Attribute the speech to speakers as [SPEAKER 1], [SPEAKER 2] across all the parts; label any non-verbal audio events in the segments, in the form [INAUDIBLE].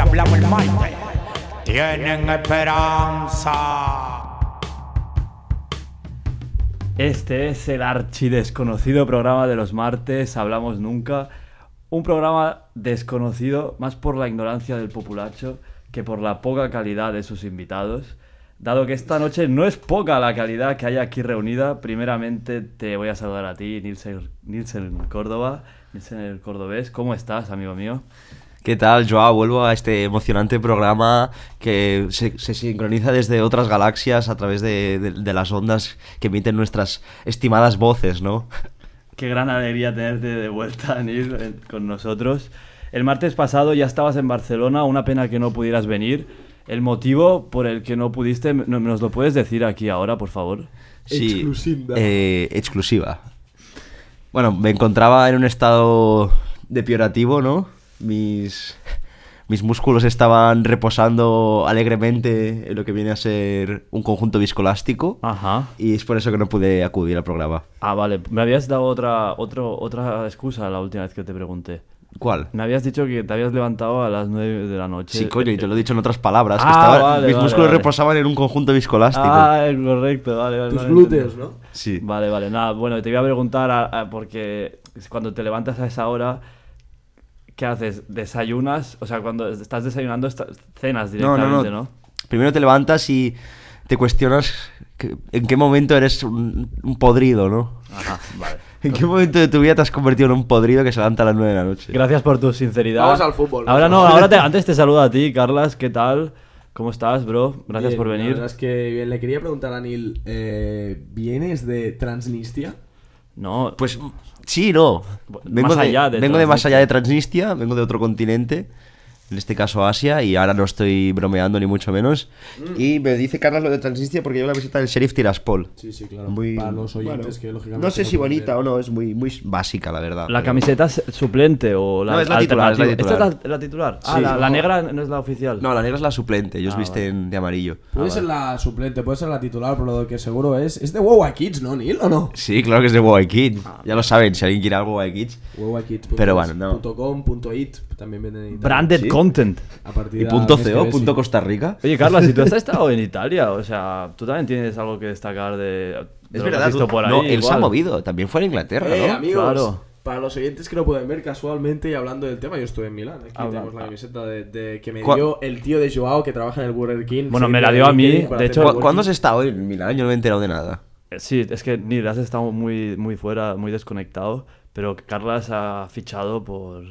[SPEAKER 1] hablamos el martes, tienen esperanza.
[SPEAKER 2] Este es el archidesconocido programa de los martes, Hablamos Nunca. Un programa desconocido más por la ignorancia del populacho que por la poca calidad de sus invitados. Dado que esta noche no es poca la calidad que hay aquí reunida, primeramente te voy a saludar a ti, Nilsen, Nilsen Córdoba, Nilsen el Cordobés. ¿Cómo estás, amigo mío?
[SPEAKER 3] ¿Qué tal, Joao? Vuelvo a este emocionante programa que se, se sincroniza desde otras galaxias a través de, de- de las ondas que emiten nuestras estimadas voces, ¿no?
[SPEAKER 2] Qué gran alegría tenerte de vuelta, Nil, eh, con nosotros. El martes pasado ya estabas en Barcelona, una pena que no pudieras venir. El motivo por el que no pudiste, ¿me- ¿nos lo puedes decir aquí ahora, por favor?
[SPEAKER 4] Exclusiva.
[SPEAKER 3] eh, exclusiva. Bueno, me encontraba en un estado depiorativo, ¿no? Mis, mis músculos estaban reposando alegremente en lo que viene a ser un conjunto viscoelástico.
[SPEAKER 2] Ajá.
[SPEAKER 3] Y es por eso que no pude acudir al programa.
[SPEAKER 2] Ah, vale. Me habías dado otra, otro, otra excusa la última vez que te pregunté.
[SPEAKER 3] ¿Cuál?
[SPEAKER 2] Me habías dicho que te habías levantado a las 9 de la noche.
[SPEAKER 3] Sí, coño, y te lo he dicho en otras palabras. que
[SPEAKER 2] Ah,
[SPEAKER 3] estaba-
[SPEAKER 2] vale,
[SPEAKER 3] mis
[SPEAKER 2] vale,
[SPEAKER 3] músculos
[SPEAKER 2] vale.
[SPEAKER 3] reposaban en un conjunto viscoelástico.
[SPEAKER 2] Ah, correcto, vale, vale.
[SPEAKER 4] Tus
[SPEAKER 2] vale,
[SPEAKER 4] glúteos,
[SPEAKER 2] entiendo.
[SPEAKER 4] ¿no?
[SPEAKER 3] sí.
[SPEAKER 2] Vale, vale, nada, bueno, te voy a preguntar a- a- porque es cuando te levantas a esa hora, ¿qué haces? ¿Desayunas? O sea, cuando estás desayunando, esta- cenas
[SPEAKER 3] No, no, no,
[SPEAKER 2] directamente, ¿no?
[SPEAKER 3] Primero te levantas y te cuestionas que- en qué momento eres un, un podrido, ¿no?
[SPEAKER 2] Ajá, vale.
[SPEAKER 3] ¿En qué momento de tu vida te has convertido en un podrido que se levanta a las 9 de la noche?
[SPEAKER 2] Gracias por tu sinceridad.
[SPEAKER 4] Vamos al fútbol.
[SPEAKER 2] Ahora no, ahora te- antes te saludo a ti, Carlas, ¿qué tal? ¿Cómo estás, bro? Gracias
[SPEAKER 4] Bien,
[SPEAKER 2] por
[SPEAKER 4] La
[SPEAKER 2] venir.
[SPEAKER 4] verdad es que bien, le quería preguntar a Neil, eh, ¿vienes de Transnistria?
[SPEAKER 2] No,
[SPEAKER 3] Pues sí, no.
[SPEAKER 2] Bu-
[SPEAKER 3] Vengo,
[SPEAKER 2] más
[SPEAKER 3] de,
[SPEAKER 2] allá de
[SPEAKER 3] vengo de más
[SPEAKER 2] Transnistria.
[SPEAKER 3] allá de Transnistria, vengo de otro continente, en este caso Asia, y ahora no estoy bromeando ni mucho menos.
[SPEAKER 2] Mm.
[SPEAKER 3] Y me dice Carlos lo de Transnistria porque llevo la visita del sheriff Tiraspol.
[SPEAKER 4] Sí, sí, claro.
[SPEAKER 3] Muy-
[SPEAKER 4] Para los oyentes
[SPEAKER 3] bueno,
[SPEAKER 4] que lógicamente.
[SPEAKER 3] No sé si
[SPEAKER 4] pueden
[SPEAKER 3] bonita
[SPEAKER 4] ver.
[SPEAKER 3] o no, es muy, muy básica, la verdad.
[SPEAKER 2] la
[SPEAKER 3] pero-
[SPEAKER 2] camiseta es suplente o la
[SPEAKER 3] No, es la titular, es la
[SPEAKER 2] alternativa.
[SPEAKER 3] titular.
[SPEAKER 2] ¿Esta es la, la titular? Ah,
[SPEAKER 3] Sí.
[SPEAKER 2] la, la negra no es la oficial.
[SPEAKER 3] No, la negra es la suplente, ellos
[SPEAKER 2] Ah,
[SPEAKER 3] visten de amarillo.
[SPEAKER 4] Puede ser la suplente, puede ser la titular, pero lo que seguro es. Es de Wawa Kids, ¿no, Neil? ¿O no?
[SPEAKER 3] Sí, claro que es de Boy Kid.
[SPEAKER 2] Ah,
[SPEAKER 3] Ya lo saben, si alguien quiere algo Boy Kids.
[SPEAKER 4] Wawa Kids.
[SPEAKER 3] Pero bueno, no.
[SPEAKER 4] Punto com, punto it, también venden en Italia.
[SPEAKER 2] Branded
[SPEAKER 3] Sí.
[SPEAKER 2] content.
[SPEAKER 4] A partir
[SPEAKER 3] Y
[SPEAKER 4] de
[SPEAKER 3] punto
[SPEAKER 4] mes que
[SPEAKER 3] CO,
[SPEAKER 4] ve,
[SPEAKER 3] punto
[SPEAKER 4] sí.
[SPEAKER 3] Costa Rica.
[SPEAKER 2] Oye, Carla, si tú has estado en Italia, o sea, tú también tienes algo que destacar de. de lo
[SPEAKER 3] Es
[SPEAKER 2] que has
[SPEAKER 3] verdad,
[SPEAKER 2] visto
[SPEAKER 3] tú-
[SPEAKER 2] por ahí,
[SPEAKER 3] no, él se ha
[SPEAKER 2] igual.
[SPEAKER 3] movido, también fue en Inglaterra,
[SPEAKER 4] Eh,
[SPEAKER 3] ¿no?
[SPEAKER 4] amigos,
[SPEAKER 2] Claro.
[SPEAKER 4] para los oyentes que lo pueden ver casualmente y hablando del tema, yo estuve en Milán. Aquí
[SPEAKER 2] Habla- Ah.
[SPEAKER 4] tenemos la camiseta de, de- que me
[SPEAKER 3] ¿Cuá-
[SPEAKER 4] dio el tío de Joao que trabaja en el Burger King.
[SPEAKER 2] Bueno,
[SPEAKER 4] Sí,
[SPEAKER 2] me la
[SPEAKER 4] de
[SPEAKER 2] dio a mí,
[SPEAKER 4] LinkedIn para
[SPEAKER 2] de
[SPEAKER 4] hacer
[SPEAKER 2] hecho-
[SPEAKER 3] ¿Cu-
[SPEAKER 4] networking.
[SPEAKER 3] ¿Cuándo has estado en Milán? Yo no me he enterado de nada.
[SPEAKER 2] Eh, Sí, es que Neil, has estado muy, muy fuera, muy desconectado, pero Carla se ha fichado por.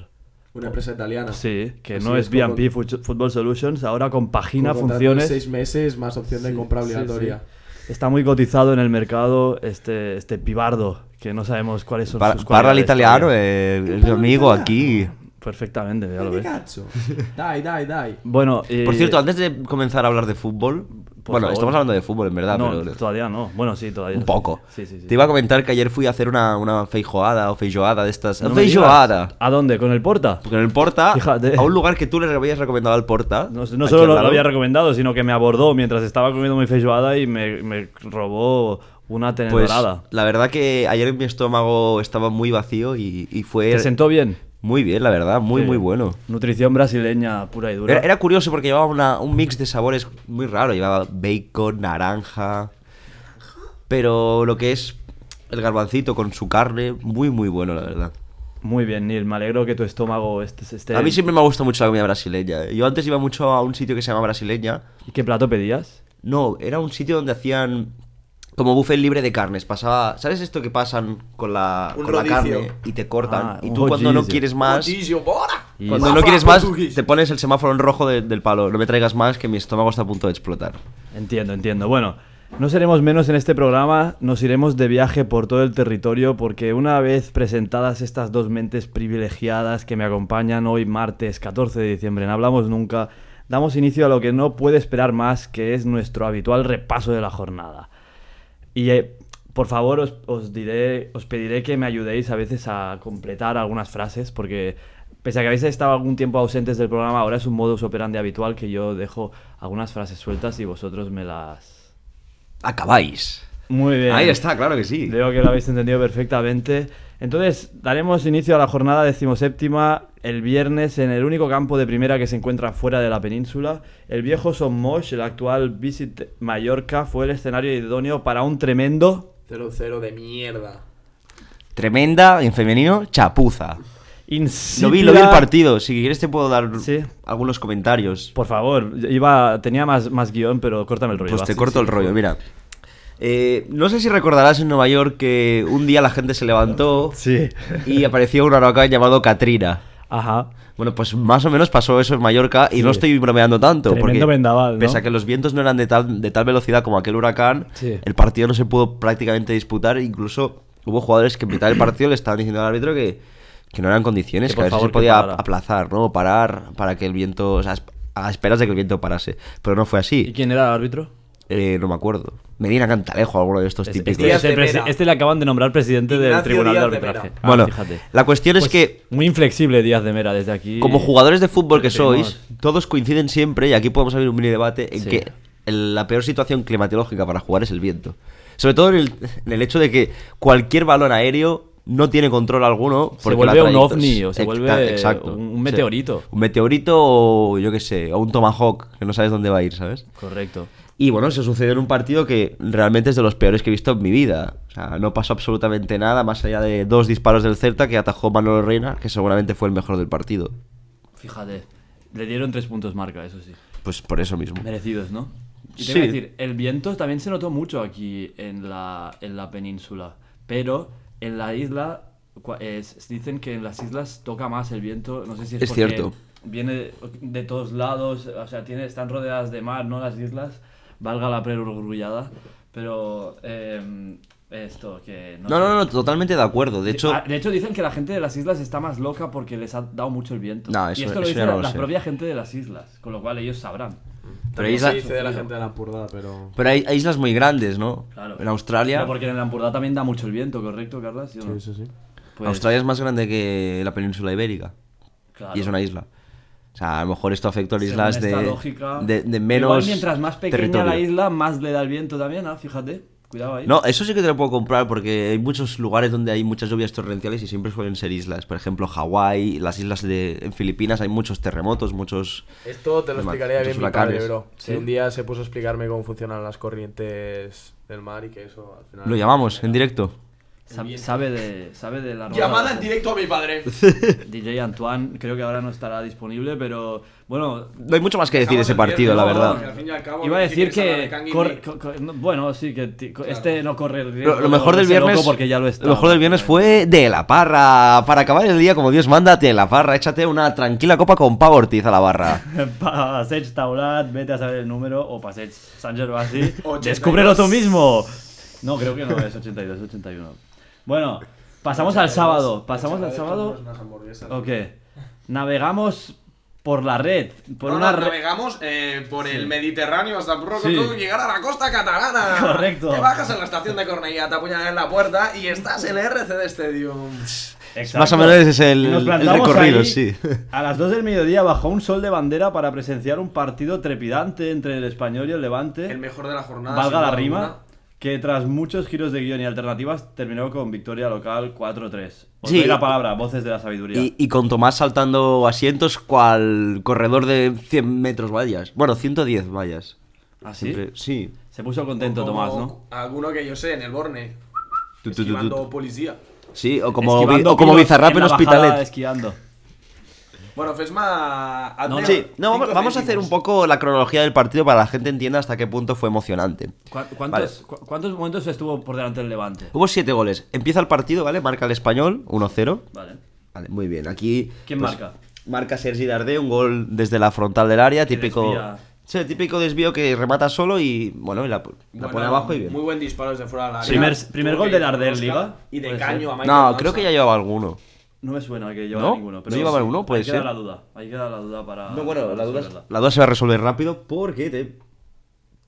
[SPEAKER 4] Una empresa italiana.
[SPEAKER 2] Sí, que
[SPEAKER 4] Así
[SPEAKER 2] no es
[SPEAKER 4] Pues como con-
[SPEAKER 2] BNP Fu- Football Solutions, ahora
[SPEAKER 4] con
[SPEAKER 2] compagina
[SPEAKER 4] contrato de
[SPEAKER 2] funciones.
[SPEAKER 4] seis meses más opción de compra
[SPEAKER 2] Sí, sí,
[SPEAKER 4] obligatoria.
[SPEAKER 2] sí. Está muy cotizado en el mercado este, este pibardo, que no sabemos cuáles son
[SPEAKER 3] Pa-
[SPEAKER 2] sus
[SPEAKER 3] Parla el
[SPEAKER 2] cualidades
[SPEAKER 3] italiano,
[SPEAKER 2] todavía.
[SPEAKER 3] eh, es mi amigo aquí.
[SPEAKER 2] Perfectamente, ya lo
[SPEAKER 4] ¿Qué
[SPEAKER 2] ves.
[SPEAKER 5] [LAUGHS]
[SPEAKER 4] cazzo? Dai, dai, dai.
[SPEAKER 2] Bueno, eh,
[SPEAKER 3] Por cierto, antes de comenzar a hablar de fútbol, bueno,
[SPEAKER 2] favor.
[SPEAKER 3] estamos hablando de fútbol en verdad,
[SPEAKER 2] no,
[SPEAKER 3] pero
[SPEAKER 2] todavía no. Bueno, sí, todavía.
[SPEAKER 3] un
[SPEAKER 2] sí.
[SPEAKER 3] poco.
[SPEAKER 2] Sí, sí, sí.
[SPEAKER 3] Te iba a comentar que ayer fui a hacer una, una feijoada o feijoada de estas.
[SPEAKER 2] No me
[SPEAKER 3] ¡Feijoada!
[SPEAKER 2] digas. ¿A dónde? ¿Con el Porta?
[SPEAKER 3] Porque en el Porta,
[SPEAKER 2] Fíjate.
[SPEAKER 3] a un lugar que tú le habías recomendado al Porta.
[SPEAKER 2] No, no
[SPEAKER 3] aquí
[SPEAKER 2] solo
[SPEAKER 3] al
[SPEAKER 2] lo,
[SPEAKER 3] lado.
[SPEAKER 2] lo había recomendado, sino que me abordó mientras estaba comiendo mi feijoada y me, me robó una
[SPEAKER 3] Pues
[SPEAKER 2] tenedorada.
[SPEAKER 3] la verdad que ayer mi estómago estaba muy vacío y,
[SPEAKER 2] ¿Te
[SPEAKER 3] y fue
[SPEAKER 2] sentó bien?
[SPEAKER 3] muy bien, la verdad, muy,
[SPEAKER 2] Sí.
[SPEAKER 3] muy bueno.
[SPEAKER 2] Nutrición brasileña pura y dura.
[SPEAKER 3] Era, era curioso porque llevaba una- un mix de sabores muy raro. Llevaba bacon, naranja. Pero lo que es el garbancito con su carne, muy, muy bueno, la verdad.
[SPEAKER 2] Muy bien, Neil. Me alegro que tu estómago esté... esté-
[SPEAKER 3] A mí siempre me ha gustado mucho la comida brasileña. Yo antes iba mucho a un sitio que se llama Brasileña.
[SPEAKER 2] ¿Y qué plato pedías?
[SPEAKER 3] No, era un sitio donde hacían como buffet libre de carnes. Pasaba, ¿sabes esto que pasan con la,
[SPEAKER 4] Un
[SPEAKER 3] con la
[SPEAKER 4] rodicio.
[SPEAKER 3] carne y te cortan?
[SPEAKER 2] Ah,
[SPEAKER 3] y
[SPEAKER 2] un
[SPEAKER 3] tú cuando no
[SPEAKER 2] rodillo.
[SPEAKER 3] quieres más,
[SPEAKER 4] Noticio, bora.
[SPEAKER 2] Y-
[SPEAKER 3] cuando no
[SPEAKER 4] Mafra
[SPEAKER 3] quieres más,
[SPEAKER 4] portugués.
[SPEAKER 3] te pones el semáforo en rojo de- del palo. No me traigas más que mi estómago está a punto de explotar.
[SPEAKER 2] Entiendo, entiendo. Bueno, no seremos menos en este programa, nos iremos de viaje por todo el territorio porque una vez presentadas estas dos mentes privilegiadas que me acompañan hoy martes 14 de diciembre en Hablamos Nunca, damos inicio a lo que no puede esperar más, que es nuestro habitual repaso de la jornada. Y eh, por favor os, os diré, os pediré que me ayudéis a veces a completar algunas frases porque pese a que habéis estado algún tiempo ausentes del programa, ahora es un modus operandi habitual que yo dejo algunas frases sueltas y vosotros me las...
[SPEAKER 3] Acabáis.
[SPEAKER 2] Muy bien.
[SPEAKER 3] Ahí está, claro que sí.
[SPEAKER 2] Veo que lo habéis entendido perfectamente. Entonces, daremos inicio a la jornada decimoséptima el viernes en el único campo de primera que se encuentra fuera de la península. El viejo Sommosh, el actual Visit Mallorca, fue el escenario idóneo para un tremendo
[SPEAKER 5] 0-0 de mierda.
[SPEAKER 3] Tremenda, en femenino, chapuza.
[SPEAKER 2] insípida...
[SPEAKER 3] Lo vi, lo vi el partido. Si quieres te puedo dar
[SPEAKER 2] Sí.
[SPEAKER 3] algunos comentarios.
[SPEAKER 2] Por favor, iba, tenía más, más guión, pero córtame el rollo.
[SPEAKER 3] Pues
[SPEAKER 2] va.
[SPEAKER 3] te
[SPEAKER 2] Sí,
[SPEAKER 3] corto
[SPEAKER 2] sí,
[SPEAKER 3] el
[SPEAKER 2] por
[SPEAKER 3] rollo,
[SPEAKER 2] favor.
[SPEAKER 3] mira. Eh, no sé si recordarás en Nueva York que un día la gente se levantó
[SPEAKER 2] Sí.
[SPEAKER 3] y apareció un huracán llamado Katrina.
[SPEAKER 2] Ajá.
[SPEAKER 3] Bueno, pues más o menos pasó eso en Mallorca y
[SPEAKER 2] Sí.
[SPEAKER 3] no estoy bromeando tanto.
[SPEAKER 2] Tremendo
[SPEAKER 3] porque
[SPEAKER 2] vendaval, ¿no?
[SPEAKER 3] Pese a que los vientos no eran de tal, de tal velocidad como aquel huracán,
[SPEAKER 2] Sí.
[SPEAKER 3] el partido no se pudo prácticamente disputar. Incluso hubo jugadores que en mitad del partido le estaban diciendo al árbitro que, que no eran condiciones,
[SPEAKER 2] Que
[SPEAKER 3] que,
[SPEAKER 2] por
[SPEAKER 3] a ver si
[SPEAKER 2] favor,
[SPEAKER 3] se
[SPEAKER 2] que
[SPEAKER 3] podía
[SPEAKER 2] parara.
[SPEAKER 3] aplazar, ¿no? O parar para que el viento. O sea, a esperas de que el viento parase. Pero no fue
[SPEAKER 2] ¿Y
[SPEAKER 3] así.
[SPEAKER 2] quién era el árbitro?
[SPEAKER 3] Eh, no me acuerdo. Medina Cantalejo, alguno de estos
[SPEAKER 2] Este-
[SPEAKER 3] típicos.
[SPEAKER 2] Este,
[SPEAKER 5] Díaz de
[SPEAKER 2] este presi-
[SPEAKER 5] Mera.
[SPEAKER 2] este le acaban de nombrar presidente del
[SPEAKER 5] Ignacio
[SPEAKER 2] Tribunal
[SPEAKER 5] Díaz
[SPEAKER 2] de
[SPEAKER 5] de
[SPEAKER 2] Arbitraje.
[SPEAKER 5] Mera.
[SPEAKER 2] Ah,
[SPEAKER 3] bueno,
[SPEAKER 2] fíjate.
[SPEAKER 3] la cuestión es
[SPEAKER 2] Pues,
[SPEAKER 3] que
[SPEAKER 2] Muy inflexible Díaz de Mera desde aquí.
[SPEAKER 3] Como jugadores de fútbol que
[SPEAKER 2] Referimos.
[SPEAKER 3] sois, todos coinciden siempre, y aquí podemos abrir un mini debate, en
[SPEAKER 2] Sí.
[SPEAKER 3] que el- la peor situación climatológica para jugar es el viento. Sobre todo en el, en el hecho de que cualquier balón aéreo no tiene control alguno.
[SPEAKER 2] Se
[SPEAKER 3] porque
[SPEAKER 2] vuelve
[SPEAKER 3] la
[SPEAKER 2] un
[SPEAKER 3] trayecto-
[SPEAKER 2] ovni, o se
[SPEAKER 3] Ex-
[SPEAKER 2] vuelve un- un
[SPEAKER 3] Sí.
[SPEAKER 2] meteorito.
[SPEAKER 3] Un meteorito o yo qué sé, o un tomahawk, que no sabes dónde va a ir, ¿sabes?
[SPEAKER 2] Correcto.
[SPEAKER 3] Y bueno, se sucedió en un partido que realmente es de los peores que he visto en mi vida. O sea, no pasó absolutamente nada más allá de dos disparos del Celta que atajó Manolo Reina, que seguramente fue el mejor del partido.
[SPEAKER 2] Fíjate. Le dieron tres puntos marca, eso sí.
[SPEAKER 3] Pues por eso mismo.
[SPEAKER 2] Merecidos, ¿no? Y tengo que
[SPEAKER 3] Sí.
[SPEAKER 2] decir, el viento también se notó mucho aquí en la, en la península. Pero en la isla, cua- es- dicen que en las islas toca más el viento. No sé si es,
[SPEAKER 3] Es
[SPEAKER 2] porque
[SPEAKER 3] cierto.
[SPEAKER 2] Viene de todos lados, o sea, tiene, están rodeadas de mar, ¿no? Las islas, valga la prerrullada. Pero em, esto, que
[SPEAKER 3] No, no, no, totalmente de acuerdo. De hecho,
[SPEAKER 2] Ah, de hecho, dicen que la gente de las islas está más loca porque les ha dado mucho el viento.
[SPEAKER 3] No, eso-
[SPEAKER 2] y esto lo
[SPEAKER 3] eso
[SPEAKER 2] dice
[SPEAKER 3] ya no
[SPEAKER 2] la,
[SPEAKER 3] lo
[SPEAKER 2] la
[SPEAKER 3] sé.
[SPEAKER 2] propia gente de las islas, con lo cual ellos sabrán.
[SPEAKER 3] pero
[SPEAKER 4] No
[SPEAKER 3] hay, isla-
[SPEAKER 4] se dice de la gente de la purda, pero...
[SPEAKER 3] pero hay- hay islas muy grandes, ¿no?
[SPEAKER 2] Claro.
[SPEAKER 3] En Australia,
[SPEAKER 2] Pero porque en la Ampurdá también da mucho el viento, ¿correcto, Carlas? ¿Sí o no?
[SPEAKER 4] Sí, sí, sí.
[SPEAKER 2] Pues,
[SPEAKER 3] Australia es más grande que la península ibérica.
[SPEAKER 2] claro.
[SPEAKER 3] Y es una isla. O sea, a lo mejor esto afecta a
[SPEAKER 2] Según
[SPEAKER 3] islas
[SPEAKER 2] esta
[SPEAKER 3] de,
[SPEAKER 2] lógica-
[SPEAKER 3] de, de menos.
[SPEAKER 2] Igual mientras más pequeña
[SPEAKER 3] territorio.
[SPEAKER 2] la isla, más le da el viento también, ah, fíjate. Cuidado ahí.
[SPEAKER 3] No, eso sí que te lo puedo comprar porque hay muchos lugares donde hay muchas lluvias torrenciales y siempre suelen ser islas. Por ejemplo, Hawái, las islas de en Filipinas hay muchos terremotos, muchos.
[SPEAKER 5] Esto te lo
[SPEAKER 3] Normal,
[SPEAKER 5] explicaría
[SPEAKER 3] muchos
[SPEAKER 5] bien mi
[SPEAKER 3] huracanes.
[SPEAKER 5] padre, bro.
[SPEAKER 2] Sí.
[SPEAKER 5] Que Un día se puso a explicarme cómo funcionan las corrientes del mar y que eso al final.
[SPEAKER 3] Lo llamamos en directo.
[SPEAKER 2] Sa- Sabe de, sabe de la
[SPEAKER 5] Llamada en
[SPEAKER 2] rueda. [LAUGHS]
[SPEAKER 5] directo a mi padre.
[SPEAKER 2] DJ Antoine, creo que ahora no estará disponible, pero bueno,
[SPEAKER 3] No hay mucho más que decir de ese partido, la verdad.
[SPEAKER 2] Iba a decir que. corre- co- co- no, bueno, sí, que ti- co- este no corre el riesgo
[SPEAKER 3] Lo,
[SPEAKER 2] de
[SPEAKER 3] lo mejor del
[SPEAKER 2] volverse
[SPEAKER 3] viernes,
[SPEAKER 2] loco porque ya lo está.
[SPEAKER 3] lo mejor del viernes fue de la parra. Para acabar el día como Dios manda, de la parra. Échate una tranquila copa con Pau Ortiz a la barra.
[SPEAKER 2] [LAUGHS] Passeig Taulat, vete a saber el número, o Passeig San Gervasi.
[SPEAKER 5] 82.
[SPEAKER 2] Descúbrelo tú mismo. No, creo que no, es 82, 81. Bueno, pasamos al sábado. Pasamos al sábado. Ok. Navegamos por la red. Por una red.
[SPEAKER 5] navegamos eh, por el Mediterráneo hasta Burro
[SPEAKER 2] Sí.
[SPEAKER 5] y llegar a la costa catalana.
[SPEAKER 2] Correcto.
[SPEAKER 5] Te bajas en la estación de Cornellá, te apuñalan en la puerta y estás en el RCD Stadium.
[SPEAKER 2] Exacto.
[SPEAKER 3] Más o menos ese es el-
[SPEAKER 2] Y nos
[SPEAKER 3] el
[SPEAKER 2] plantamos
[SPEAKER 3] recorrido,
[SPEAKER 2] ahí,
[SPEAKER 3] sí.
[SPEAKER 2] A las 2 del mediodía bajó un sol de bandera para presenciar un partido trepidante entre el español y el levante.
[SPEAKER 5] El mejor de la jornada. sin
[SPEAKER 2] valga la
[SPEAKER 5] duda
[SPEAKER 2] rima.
[SPEAKER 5] alguna.
[SPEAKER 2] Que tras muchos giros de guión y alternativas terminó con victoria local 4-3. Os
[SPEAKER 3] Sí.
[SPEAKER 2] doy la palabra, voces de la sabiduría.
[SPEAKER 3] Y, y con Tomás saltando asientos cual corredor de 100 metros vallas. Bueno, 110 vallas.
[SPEAKER 2] ¿Así?
[SPEAKER 3] Siempre- Sí.
[SPEAKER 2] ¿Ah, Se puso contento
[SPEAKER 5] Como
[SPEAKER 2] Tomás, ¿no?
[SPEAKER 5] Alguno que yo sé, en el Borne.
[SPEAKER 3] Tu, tu, tu, tu.
[SPEAKER 5] Esquivando policía.
[SPEAKER 3] Sí, o como, bi-
[SPEAKER 2] Esquivando
[SPEAKER 3] o como
[SPEAKER 2] pilos
[SPEAKER 3] Bizarrap
[SPEAKER 2] en
[SPEAKER 3] en
[SPEAKER 2] la bajada,
[SPEAKER 3] Hospitalet.
[SPEAKER 2] Esquiando.
[SPEAKER 5] Bueno, Fesma. hazme
[SPEAKER 2] no,
[SPEAKER 3] Sí, no, vamos,
[SPEAKER 5] cinco
[SPEAKER 3] vamos a hacer
[SPEAKER 5] céntimos.
[SPEAKER 3] un poco la cronología del partido para que la gente entienda hasta qué punto fue emocionante.
[SPEAKER 2] ¿Cuá- ¿Cuántos, cu- ¿Cuántos momentos estuvo por delante del levante?
[SPEAKER 3] Hubo siete goles. Empieza el partido, ¿vale? Marca el español, 1-0.
[SPEAKER 2] Vale.
[SPEAKER 3] Vale, muy bien. Aquí. pues,
[SPEAKER 2] ¿Quién marca?
[SPEAKER 3] Marca Sergi Dardé, un gol desde la frontal del área,
[SPEAKER 2] Que
[SPEAKER 3] típico.
[SPEAKER 2] desvía.
[SPEAKER 3] Sí, típico desvío que remata solo y bueno, y la, la
[SPEAKER 5] Bueno,
[SPEAKER 3] pone abajo y bien.
[SPEAKER 5] Muy buen disparo desde fuera del área.
[SPEAKER 2] Primer- primer
[SPEAKER 5] Tuvo
[SPEAKER 2] gol
[SPEAKER 5] que
[SPEAKER 2] del Arder
[SPEAKER 5] Oscar
[SPEAKER 2] Liga.
[SPEAKER 5] Y de
[SPEAKER 2] Puede
[SPEAKER 5] caño
[SPEAKER 2] ser.
[SPEAKER 5] a Michael
[SPEAKER 3] No,
[SPEAKER 5] Mansa.
[SPEAKER 3] creo que ya llevaba alguno.
[SPEAKER 2] No me suena que llevara
[SPEAKER 3] ¿No?
[SPEAKER 2] ninguno.
[SPEAKER 3] ¿No
[SPEAKER 2] Pero
[SPEAKER 3] llevaba
[SPEAKER 2] sí,
[SPEAKER 3] alguno? Puede
[SPEAKER 2] Ahí queda
[SPEAKER 3] ser.
[SPEAKER 2] la duda. Ahí queda la duda para.
[SPEAKER 3] No, bueno,
[SPEAKER 2] para
[SPEAKER 3] la duda, es-
[SPEAKER 2] resolverla.
[SPEAKER 3] la duda se va a resolver rápido porque te,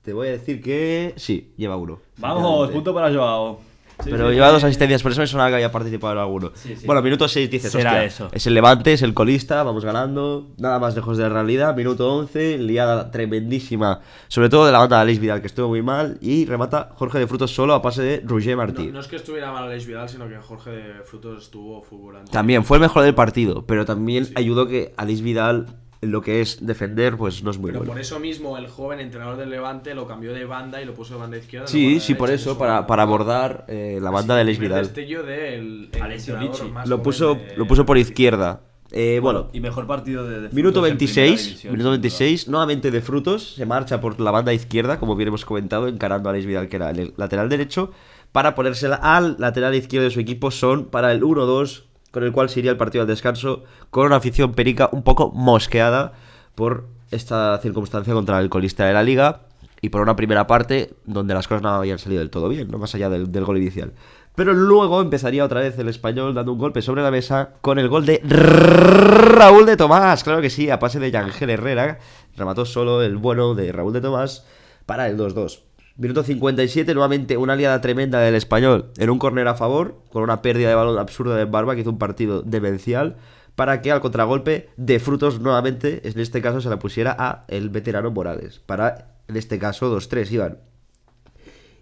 [SPEAKER 3] te voy a decir que sí, lleva uno.
[SPEAKER 2] Vamos,
[SPEAKER 3] Efectivamente.
[SPEAKER 2] punto para Joao.
[SPEAKER 3] Pero lleva dos asistencias, por eso me sonaba que había participado en alguno.
[SPEAKER 2] sí.
[SPEAKER 3] Bueno, minuto 6 dices,
[SPEAKER 2] Será
[SPEAKER 3] hostia,
[SPEAKER 2] eso.
[SPEAKER 3] es el Levante, es el colista, vamos ganando, nada más lejos de la realidad. Minuto 11, liada tremendísima, sobre todo de la banda de Alex Vidal, que estuvo muy mal, y remata Jorge de Frutos solo a pase de Roger
[SPEAKER 5] No,
[SPEAKER 3] Martí.
[SPEAKER 5] no es que estuviera mal Alex Vidal, sino que Jorge de Frutos estuvo fulgurante.
[SPEAKER 3] También fue el mejor del partido, pero también ayudó que Alex Vidal, en lo que es defender, pues no es muy
[SPEAKER 5] Pero
[SPEAKER 3] bueno.
[SPEAKER 5] por eso mismo el joven entrenador del Levante lo cambió de banda y lo puso de banda izquierda. y lo
[SPEAKER 3] Sí,
[SPEAKER 5] puso de
[SPEAKER 3] sí, por
[SPEAKER 5] derecha,
[SPEAKER 3] eso,
[SPEAKER 5] puso
[SPEAKER 3] para,
[SPEAKER 5] banda.
[SPEAKER 3] para abordar eh, la banda de
[SPEAKER 5] Así,
[SPEAKER 3] Alex
[SPEAKER 5] primer
[SPEAKER 3] Vidal.
[SPEAKER 5] destello del el
[SPEAKER 2] Alessio
[SPEAKER 5] entrenador
[SPEAKER 2] Ricci.
[SPEAKER 5] más
[SPEAKER 3] Lo
[SPEAKER 5] joven
[SPEAKER 3] puso,
[SPEAKER 5] de-
[SPEAKER 3] lo puso por izquierda. Eh, bueno,
[SPEAKER 2] Y mejor partido de, de
[SPEAKER 3] Minuto
[SPEAKER 2] frutos en primera
[SPEAKER 3] 26,
[SPEAKER 2] división,
[SPEAKER 3] minuto
[SPEAKER 2] sin duda.
[SPEAKER 3] 26, nuevamente de frutos, se marcha por la banda izquierda, como bien hemos comentado, encarando a Alex Vidal, que era el lateral derecho, para ponérsela al lateral izquierdo de su equipo, son para el 1-2, con el cual se iría el partido al descanso, con una afición perica un poco mosqueada por esta circunstancia contra el colista de la liga y por una primera parte donde las cosas no habían salido del todo bien, no más allá del, del gol inicial. Pero luego empezaría otra vez el español dando un golpe sobre la mesa con el gol de Raúl de Tomás. Claro que sí, a pase de Yangel Herrera. Remató solo el bueno de Raúl de Tomás para el 2-2. Minuto 57, nuevamente una aliada tremenda del español en un córner a favor, con una pérdida de balón absurda de Barba, que hizo un partido demencial, para que al contragolpe de frutos nuevamente, en este caso se la pusiera a el veterano Morales. Para, en este caso, 2-3, Iván.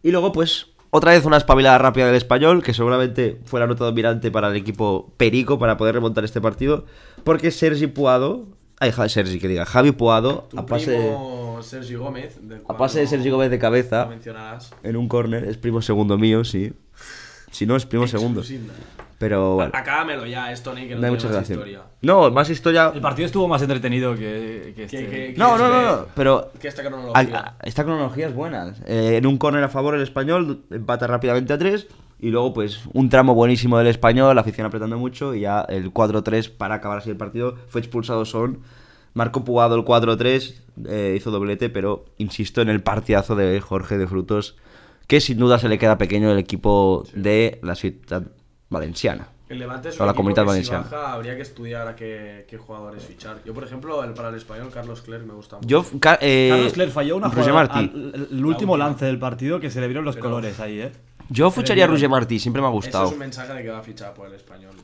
[SPEAKER 3] Y luego, pues, otra vez una espabilada rápida del español, que seguramente fue la nota dominante para el equipo Perico para poder remontar este partido, porque Sergi Puado, ay, ja- Sergi, que diga, Javi Puado,
[SPEAKER 5] Tu
[SPEAKER 3] a pase,
[SPEAKER 5] primo Sergi Gómez. del
[SPEAKER 3] a
[SPEAKER 5] cual
[SPEAKER 3] pase de
[SPEAKER 5] no-
[SPEAKER 3] Sergi Gómez de cabeza,
[SPEAKER 5] no mencionarás.
[SPEAKER 3] en un córner, es primo segundo mío, sí. Si no, es primo segundo.
[SPEAKER 5] Exclusiva.
[SPEAKER 3] Pero bueno,
[SPEAKER 5] Acábamelo ya, es Tony, Ah, que no,
[SPEAKER 3] no hay
[SPEAKER 5] tiene
[SPEAKER 3] mucha
[SPEAKER 5] más
[SPEAKER 3] gracia.
[SPEAKER 5] historia.
[SPEAKER 3] No, más historia...
[SPEAKER 2] El partido estuvo más entretenido que, que este.
[SPEAKER 5] que-
[SPEAKER 3] No, no, no,
[SPEAKER 5] este-
[SPEAKER 3] no, pero...
[SPEAKER 5] Que esta
[SPEAKER 3] a-
[SPEAKER 5] cronología.
[SPEAKER 3] a- Esta cronología es buena. Eh, en un córner a favor el español, empata rápidamente a 3 y luego pues un tramo buenísimo del español, la afición apretando mucho y ya el 4-3 para acabar así el partido. Fue expulsado Son, marcó Pugado el 4-3, eh, hizo doblete, pero insisto en el partidazo de Jorge de Frutos, que sin duda se le queda pequeño el equipo de la ciudad valenciana.
[SPEAKER 5] El Levante es
[SPEAKER 3] O
[SPEAKER 5] un
[SPEAKER 3] la
[SPEAKER 5] equipo
[SPEAKER 3] Comunidad
[SPEAKER 5] que
[SPEAKER 3] Valenciana.
[SPEAKER 5] si baja habría que estudiar a qué, qué jugadores fichar. Yo, por ejemplo, el, para el español, Carlos Clerc me gusta mucho.
[SPEAKER 3] Yo, Ca- eh,
[SPEAKER 2] Carlos Cler falló una
[SPEAKER 3] Roger
[SPEAKER 2] jugada.
[SPEAKER 3] Martí.
[SPEAKER 2] al- el- el último lance del partido que se le vieron los colores ahí, ¿eh?
[SPEAKER 3] Yo ficharía a Roger Martí, siempre me ha
[SPEAKER 5] Ese
[SPEAKER 3] gustado.
[SPEAKER 5] es un mensaje de que va a fichar por el español.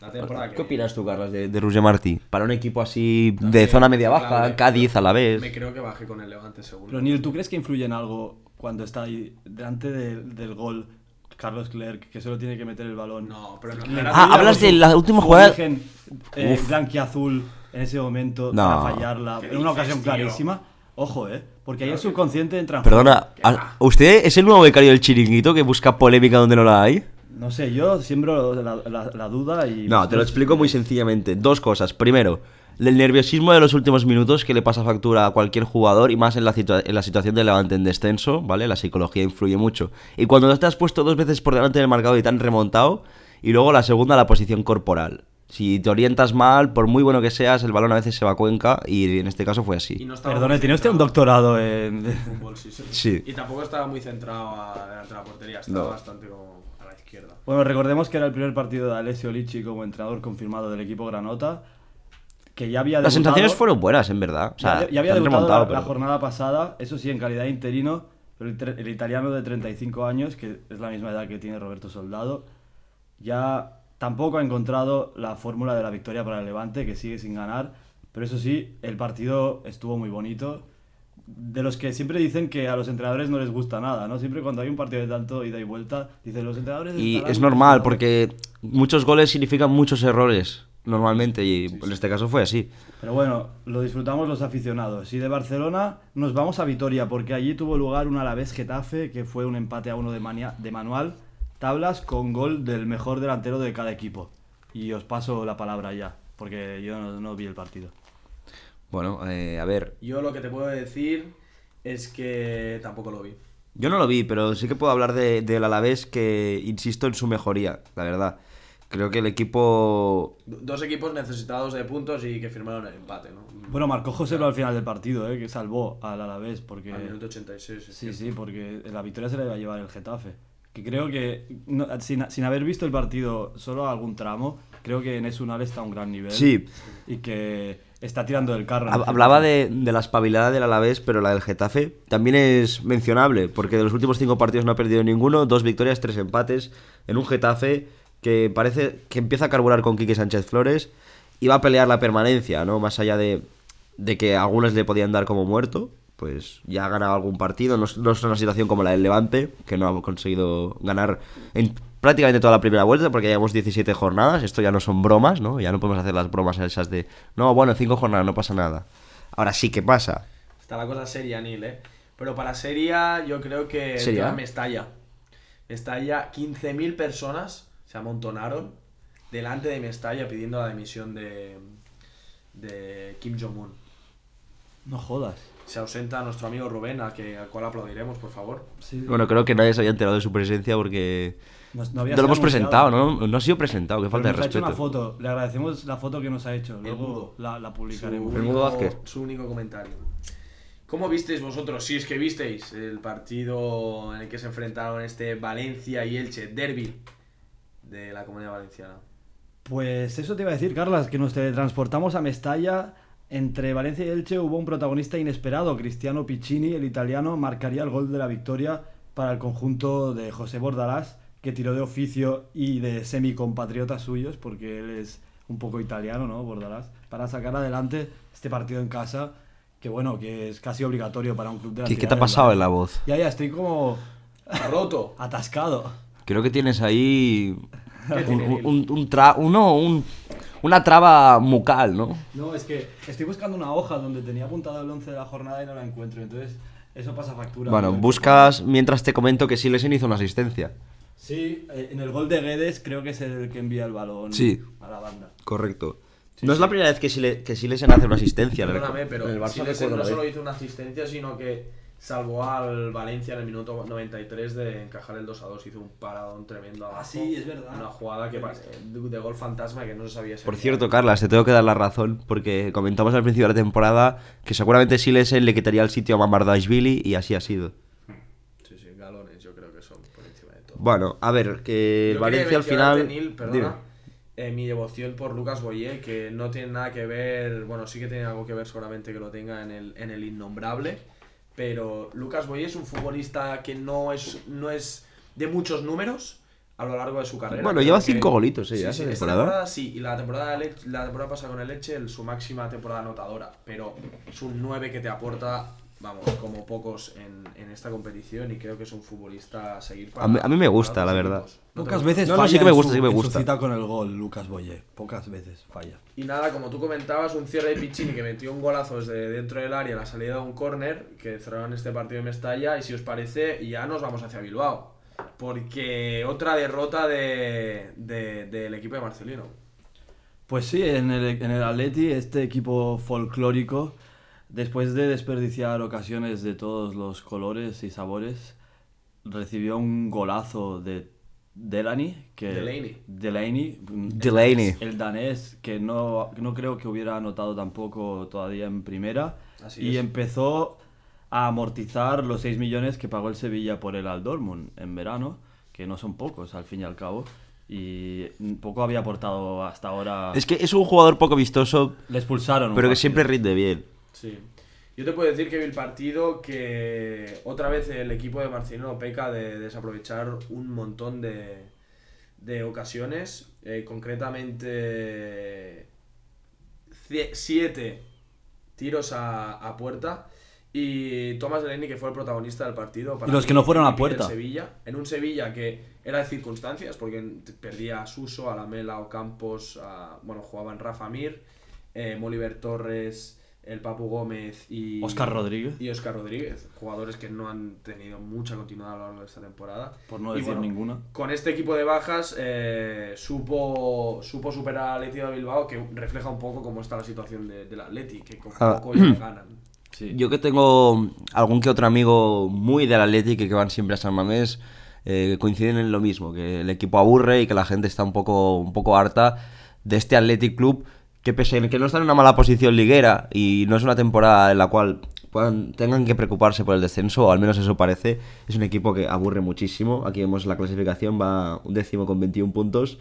[SPEAKER 5] La temporada
[SPEAKER 3] Pues ¿Qué
[SPEAKER 5] que
[SPEAKER 3] opinas tú, Carlos, de, de Roger Martí? Para un equipo así de zona media-baja,
[SPEAKER 5] claro,
[SPEAKER 3] Cádiz a la
[SPEAKER 5] Me
[SPEAKER 3] vez.
[SPEAKER 5] creo que bajé con el Levante, seguro.
[SPEAKER 2] Pero Neil, ¿tú crees que influye en algo cuando está ahí delante de- del gol Carlos Clerc, que solo tiene que meter el balón?
[SPEAKER 5] No, pero no.
[SPEAKER 2] Le
[SPEAKER 5] era-
[SPEAKER 3] Ah,
[SPEAKER 2] pilla
[SPEAKER 3] hablas
[SPEAKER 2] con
[SPEAKER 3] de
[SPEAKER 2] su-
[SPEAKER 3] la última
[SPEAKER 2] su
[SPEAKER 3] jugada.
[SPEAKER 2] origen, eh,
[SPEAKER 3] Uf.
[SPEAKER 2] blanquiazul en ese momento
[SPEAKER 3] No.
[SPEAKER 2] para fallarla.
[SPEAKER 5] ¿Qué
[SPEAKER 2] En una
[SPEAKER 5] dices,
[SPEAKER 2] ocasión
[SPEAKER 5] tío?
[SPEAKER 2] clarísima. Ojo, ¿eh? Porque ahí el subconsciente entra en
[SPEAKER 3] Perdona,
[SPEAKER 2] juego.
[SPEAKER 3] ¿a- ¿usted es el nuevo becario del chiringuito que busca polémica donde no la hay?
[SPEAKER 2] No sé, yo siembro la, la- la duda y.
[SPEAKER 3] No, te lo explico muy sencillamente. Dos cosas. Primero, el nerviosismo de los últimos minutos que le pasa factura a cualquier jugador y más en la, situa- en la situación de Levante en descenso, ¿vale? La psicología influye mucho. Y cuando te has puesto dos veces por delante del marcador y te han remontado, y luego la segunda, la posición corporal. Si te orientas mal, por muy bueno que seas, el balón a veces se va a cuenca y en este caso fue
[SPEAKER 5] Y
[SPEAKER 3] así.
[SPEAKER 5] no estaba
[SPEAKER 2] Perdone,
[SPEAKER 5] muy
[SPEAKER 2] ¿tiene usted un
[SPEAKER 5] centrado
[SPEAKER 2] doctorado en.? [LAUGHS]
[SPEAKER 5] en fútbol, sí, sí.
[SPEAKER 3] Sí.
[SPEAKER 5] Y tampoco estaba muy centrado a, delante de la portería, estaba
[SPEAKER 3] No.
[SPEAKER 5] bastante como a la izquierda.
[SPEAKER 2] Bueno, recordemos que era el primer partido de Alessio Lichi como entrenador confirmado del equipo Granota, que ya había
[SPEAKER 3] Las
[SPEAKER 2] debutado-
[SPEAKER 3] sensaciones fueron buenas, en verdad. O sea,
[SPEAKER 2] ya, ya había
[SPEAKER 3] te han
[SPEAKER 2] debutado
[SPEAKER 3] remontado,
[SPEAKER 2] la, la
[SPEAKER 3] pero-
[SPEAKER 2] jornada pasada, eso sí, en calidad de interino, pero el, tre- el italiano de 35 años, que es la misma edad que tiene Roberto Soldado, ya tampoco ha encontrado la fórmula de la victoria para el Levante, que sigue sin ganar, pero eso sí, el partido estuvo muy bonito. De los que siempre dicen que a los entrenadores no les gusta nada, ¿no? Siempre cuando hay un partido de tanto ida y vuelta, dicen los entrenadores.
[SPEAKER 3] Y
[SPEAKER 2] estarán
[SPEAKER 3] es normal,
[SPEAKER 2] frustrados".
[SPEAKER 3] porque muchos goles significan muchos errores, normalmente, y en este caso fue así.
[SPEAKER 2] Pero bueno, lo disfrutamos los aficionados. Y de Barcelona nos vamos a Vitoria, porque allí tuvo lugar un Alavés Getafe, que fue un empate a uno de, mania- de manual, tablas con gol del mejor delantero de cada equipo. Y os paso la palabra ya, porque yo no, no vi el partido.
[SPEAKER 3] Bueno, eh, a ver,
[SPEAKER 5] Yo lo que te puedo decir es que tampoco lo vi.
[SPEAKER 3] yo no lo vi, pero sí que puedo hablar de- del Alavés que insisto en su mejoría, la verdad. Creo que el equipo...
[SPEAKER 5] Do- Dos equipos necesitados de puntos y que firmaron el empate, ¿no?
[SPEAKER 2] Bueno, marcó José al final del partido, eh, que salvó al Alavés, porque...
[SPEAKER 5] Al minuto 86. es
[SPEAKER 2] Sí,
[SPEAKER 5] cierto.
[SPEAKER 2] sí, porque la victoria se la iba a llevar el Getafe. que creo que no- sin, sin haber visto el partido solo algún tramo, creo que en Unal está a un gran nivel.
[SPEAKER 3] Sí.
[SPEAKER 2] Y que está tirando del carro.
[SPEAKER 3] Hab- Hablaba de, de la espabilada del Alavés, pero la del Getafe también es mencionable, porque de los últimos cinco partidos no ha perdido ninguno, dos victorias, tres empates, en un Getafe que parece que empieza a carburar con Quique Sánchez Flores y va a pelear la permanencia, ¿no? Más allá de, de que algunas le podían dar como muerto, pues ya ha ganado algún partido, no, es- no es una situación como la del Levante, que no ha conseguido ganar en prácticamente toda la primera vuelta, porque llevamos 17 jornadas, esto ya no son bromas, ¿no? Ya no podemos hacer las bromas esas de, no, bueno, cinco jornadas no pasa nada. Ahora sí que pasa.
[SPEAKER 5] Está la cosa seria, Nil, ¿eh? Pero para seria, yo creo que el
[SPEAKER 3] ¿Seria?
[SPEAKER 5] tema Mestalla. Mestalla, 15.000 personas se amontonaron delante de Mestalla pidiendo la demisión de, de Kim Jong-un.
[SPEAKER 2] No jodas.
[SPEAKER 5] Se ausenta nuestro amigo Rubén, al, que, al cual aplaudiremos, por favor.
[SPEAKER 2] Sí.
[SPEAKER 3] Bueno, creo que nadie se había enterado de su presencia porque...
[SPEAKER 2] No- no
[SPEAKER 3] No,
[SPEAKER 2] había
[SPEAKER 3] lo
[SPEAKER 2] sido
[SPEAKER 3] hemos
[SPEAKER 2] anunciado.
[SPEAKER 3] presentado, ¿no? No ha sido presentado, qué
[SPEAKER 2] Pero
[SPEAKER 3] falta de
[SPEAKER 2] nos ha hecho
[SPEAKER 3] respeto.
[SPEAKER 2] una foto. Le agradecemos la foto que nos ha hecho. Luego
[SPEAKER 5] mudo.
[SPEAKER 2] la, la
[SPEAKER 5] Su
[SPEAKER 2] publicaremos.
[SPEAKER 3] El
[SPEAKER 5] único-
[SPEAKER 3] Mudo Vázquez.
[SPEAKER 5] Su único comentario. ¿Cómo visteis vosotros, si es que visteis, el partido en el que se enfrentaron este Valencia y Elche, derby de la Comunidad Valenciana?
[SPEAKER 2] Pues eso te iba a decir, Carlas, que nos teletransportamos a Mestalla. Entre Valencia y Elche hubo un protagonista inesperado, Cristiano Piccini, el italiano, marcaría el gol de la victoria para el conjunto de José Bordalás, que tiró de oficio y de semicompatriotas suyos, porque él es un poco italiano, ¿no? Bordalás, para sacar adelante este partido en casa, que bueno, que es casi obligatorio para un club de la
[SPEAKER 3] ¿Qué, qué
[SPEAKER 2] ciudad
[SPEAKER 3] te ha
[SPEAKER 2] del
[SPEAKER 3] pasado en
[SPEAKER 2] Valencia.
[SPEAKER 3] la voz?
[SPEAKER 2] Ya, ya, estoy como
[SPEAKER 3] [LAUGHS]
[SPEAKER 5] Roto.
[SPEAKER 2] atascado.
[SPEAKER 3] Creo que
[SPEAKER 2] [LAUGHS]
[SPEAKER 3] tienes ahí un,
[SPEAKER 5] tiene
[SPEAKER 3] un- un- un tra- uno, un- una traba mucal, ¿no?
[SPEAKER 2] No, es que estoy buscando una hoja donde tenía apuntado el 11 de la jornada y no la encuentro. Entonces, eso pasa factura.
[SPEAKER 3] Bueno,
[SPEAKER 2] Porque-
[SPEAKER 3] buscas mientras te comento que Silesen hizo una asistencia.
[SPEAKER 2] Sí, eh, en el gol de Guedes creo que es el que envía el balón
[SPEAKER 3] Sí.
[SPEAKER 2] a la banda.
[SPEAKER 3] Correcto. no es la primera vez que, Sile- que Silesen hace una asistencia. le
[SPEAKER 5] Perdóname,
[SPEAKER 3] recu-
[SPEAKER 5] pero
[SPEAKER 3] en el Barça
[SPEAKER 5] Silesen
[SPEAKER 3] recuerdo
[SPEAKER 5] no
[SPEAKER 3] una
[SPEAKER 5] solo
[SPEAKER 3] vez.
[SPEAKER 5] hizo una asistencia, sino que salvó al Valencia en el minuto 93 de encajar el 2 a 2. Hizo un paradón tremendo. abajo.
[SPEAKER 2] Ah, sí, es verdad.
[SPEAKER 5] Una jugada que, pa- de, de gol fantasma que no se sabía si
[SPEAKER 3] Por
[SPEAKER 5] era.
[SPEAKER 3] cierto, Carlas, te tengo que dar la razón porque comentamos al principio de la temporada que seguramente Silesen le quitaría el sitio a Mamardashvili y así ha sido.
[SPEAKER 5] Sí, sí, galones, yo creo que son por encima de todo.
[SPEAKER 3] Bueno, a ver, que el
[SPEAKER 5] Yo
[SPEAKER 3] Valencia
[SPEAKER 5] quería
[SPEAKER 3] al final...
[SPEAKER 5] mencionarte, Nil, perdona,
[SPEAKER 3] Dime.
[SPEAKER 5] eh, mi devoción por Lucas Boyer, que no tiene nada que ver, bueno, sí que tiene algo que ver seguramente que lo tenga en el, en el innombrable, pero Lucas Boyer es un futbolista que no es, no es de muchos números a lo largo de su carrera.
[SPEAKER 3] Bueno,
[SPEAKER 5] Creo
[SPEAKER 3] lleva
[SPEAKER 5] que-
[SPEAKER 3] cinco golitos, eh, ya, esta
[SPEAKER 5] esta
[SPEAKER 3] temporada.
[SPEAKER 5] sí, y la temporada, del Elche- la temporada pasada con el Leche, su máxima temporada anotadora, pero es un 9 que te aporta... Vamos, como pocos en, en esta competición y creo que es un futbolista a seguir
[SPEAKER 3] A mí- a mí me
[SPEAKER 5] para
[SPEAKER 3] gusta,
[SPEAKER 5] otros
[SPEAKER 3] la verdad.
[SPEAKER 5] equipos. No te
[SPEAKER 2] Pocas
[SPEAKER 5] gusta.
[SPEAKER 2] veces
[SPEAKER 3] No, no,
[SPEAKER 2] falla
[SPEAKER 3] sí que me
[SPEAKER 2] en
[SPEAKER 3] gusta,
[SPEAKER 2] su-
[SPEAKER 3] sí que me
[SPEAKER 2] en su
[SPEAKER 3] gusta.
[SPEAKER 2] cita con el gol, Lucas Boyer. Pocas veces falla.
[SPEAKER 5] Y nada, como tú comentabas, un cierre de Pichini que metió un golazo desde dentro del área a la salida de un córner, que cerraron este partido de Mestalla. Y si os parece, ya nos vamos hacia Bilbao. Porque otra derrota de, de- del equipo de Marcelino.
[SPEAKER 2] Pues sí, en el, en el Atleti, este equipo folclórico, después de desperdiciar ocasiones de todos los colores y sabores, recibió un golazo de Delany. Que,
[SPEAKER 5] Delaney.
[SPEAKER 2] Delaney, mm,
[SPEAKER 3] Delaney.
[SPEAKER 2] El, danés, que no, no creo que hubiera anotado tampoco todavía en primera.
[SPEAKER 5] Así
[SPEAKER 2] y
[SPEAKER 5] es.
[SPEAKER 2] empezó a amortizar los 6 millones que pagó el Sevilla por el al Dortmund en verano, que no son pocos al fin y al cabo. Y poco había aportado hasta ahora.
[SPEAKER 3] Ah. Es que es un jugador poco vistoso,
[SPEAKER 2] Le expulsaron. un
[SPEAKER 3] pero que
[SPEAKER 2] partido.
[SPEAKER 3] siempre rinde bien.
[SPEAKER 5] Sí. Yo te puedo decir que vi el partido que otra vez el equipo de Marcelino peca de desaprovechar un montón de, de ocasiones. Eh, concretamente, cie- siete tiros a, a puerta. Y Tomás Delaney, que fue el protagonista del partido.
[SPEAKER 2] Y los que no fueron a
[SPEAKER 5] el líder
[SPEAKER 2] puerta.
[SPEAKER 5] Sevilla, en un Sevilla que era de circunstancias, porque perdía a Suso, a Lamela, o Campos, bueno, jugaban Rafa Mir, eh, Moliver Torres, el Papu Gómez y.
[SPEAKER 2] Óscar Rodríguez.
[SPEAKER 5] Y Oscar Rodríguez, jugadores que no han tenido mucha continuidad a lo largo de esta temporada.
[SPEAKER 2] Por no
[SPEAKER 5] Y
[SPEAKER 2] decir
[SPEAKER 5] bueno,
[SPEAKER 2] ninguna.
[SPEAKER 5] Con este equipo de bajas eh, supo, supo superar al Atleti de Bilbao, que refleja un poco cómo está la situación de- del Atleti, que con
[SPEAKER 3] Ah.
[SPEAKER 5] poco ya ganan.
[SPEAKER 2] Sí.
[SPEAKER 3] Yo que tengo algún que otro amigo muy del Atlético y que van siempre a San Mamés, eh, coinciden en lo mismo, que el equipo aburre y que la gente está un poco, un poco harta de este Athletic Club, que pese a que no está en una mala posición liguera y no es una temporada en la cual cuan- tengan que preocuparse por el descenso, o al menos eso parece. Es un equipo que aburre muchísimo. Aquí vemos la clasificación, va un décimo con 21 puntos.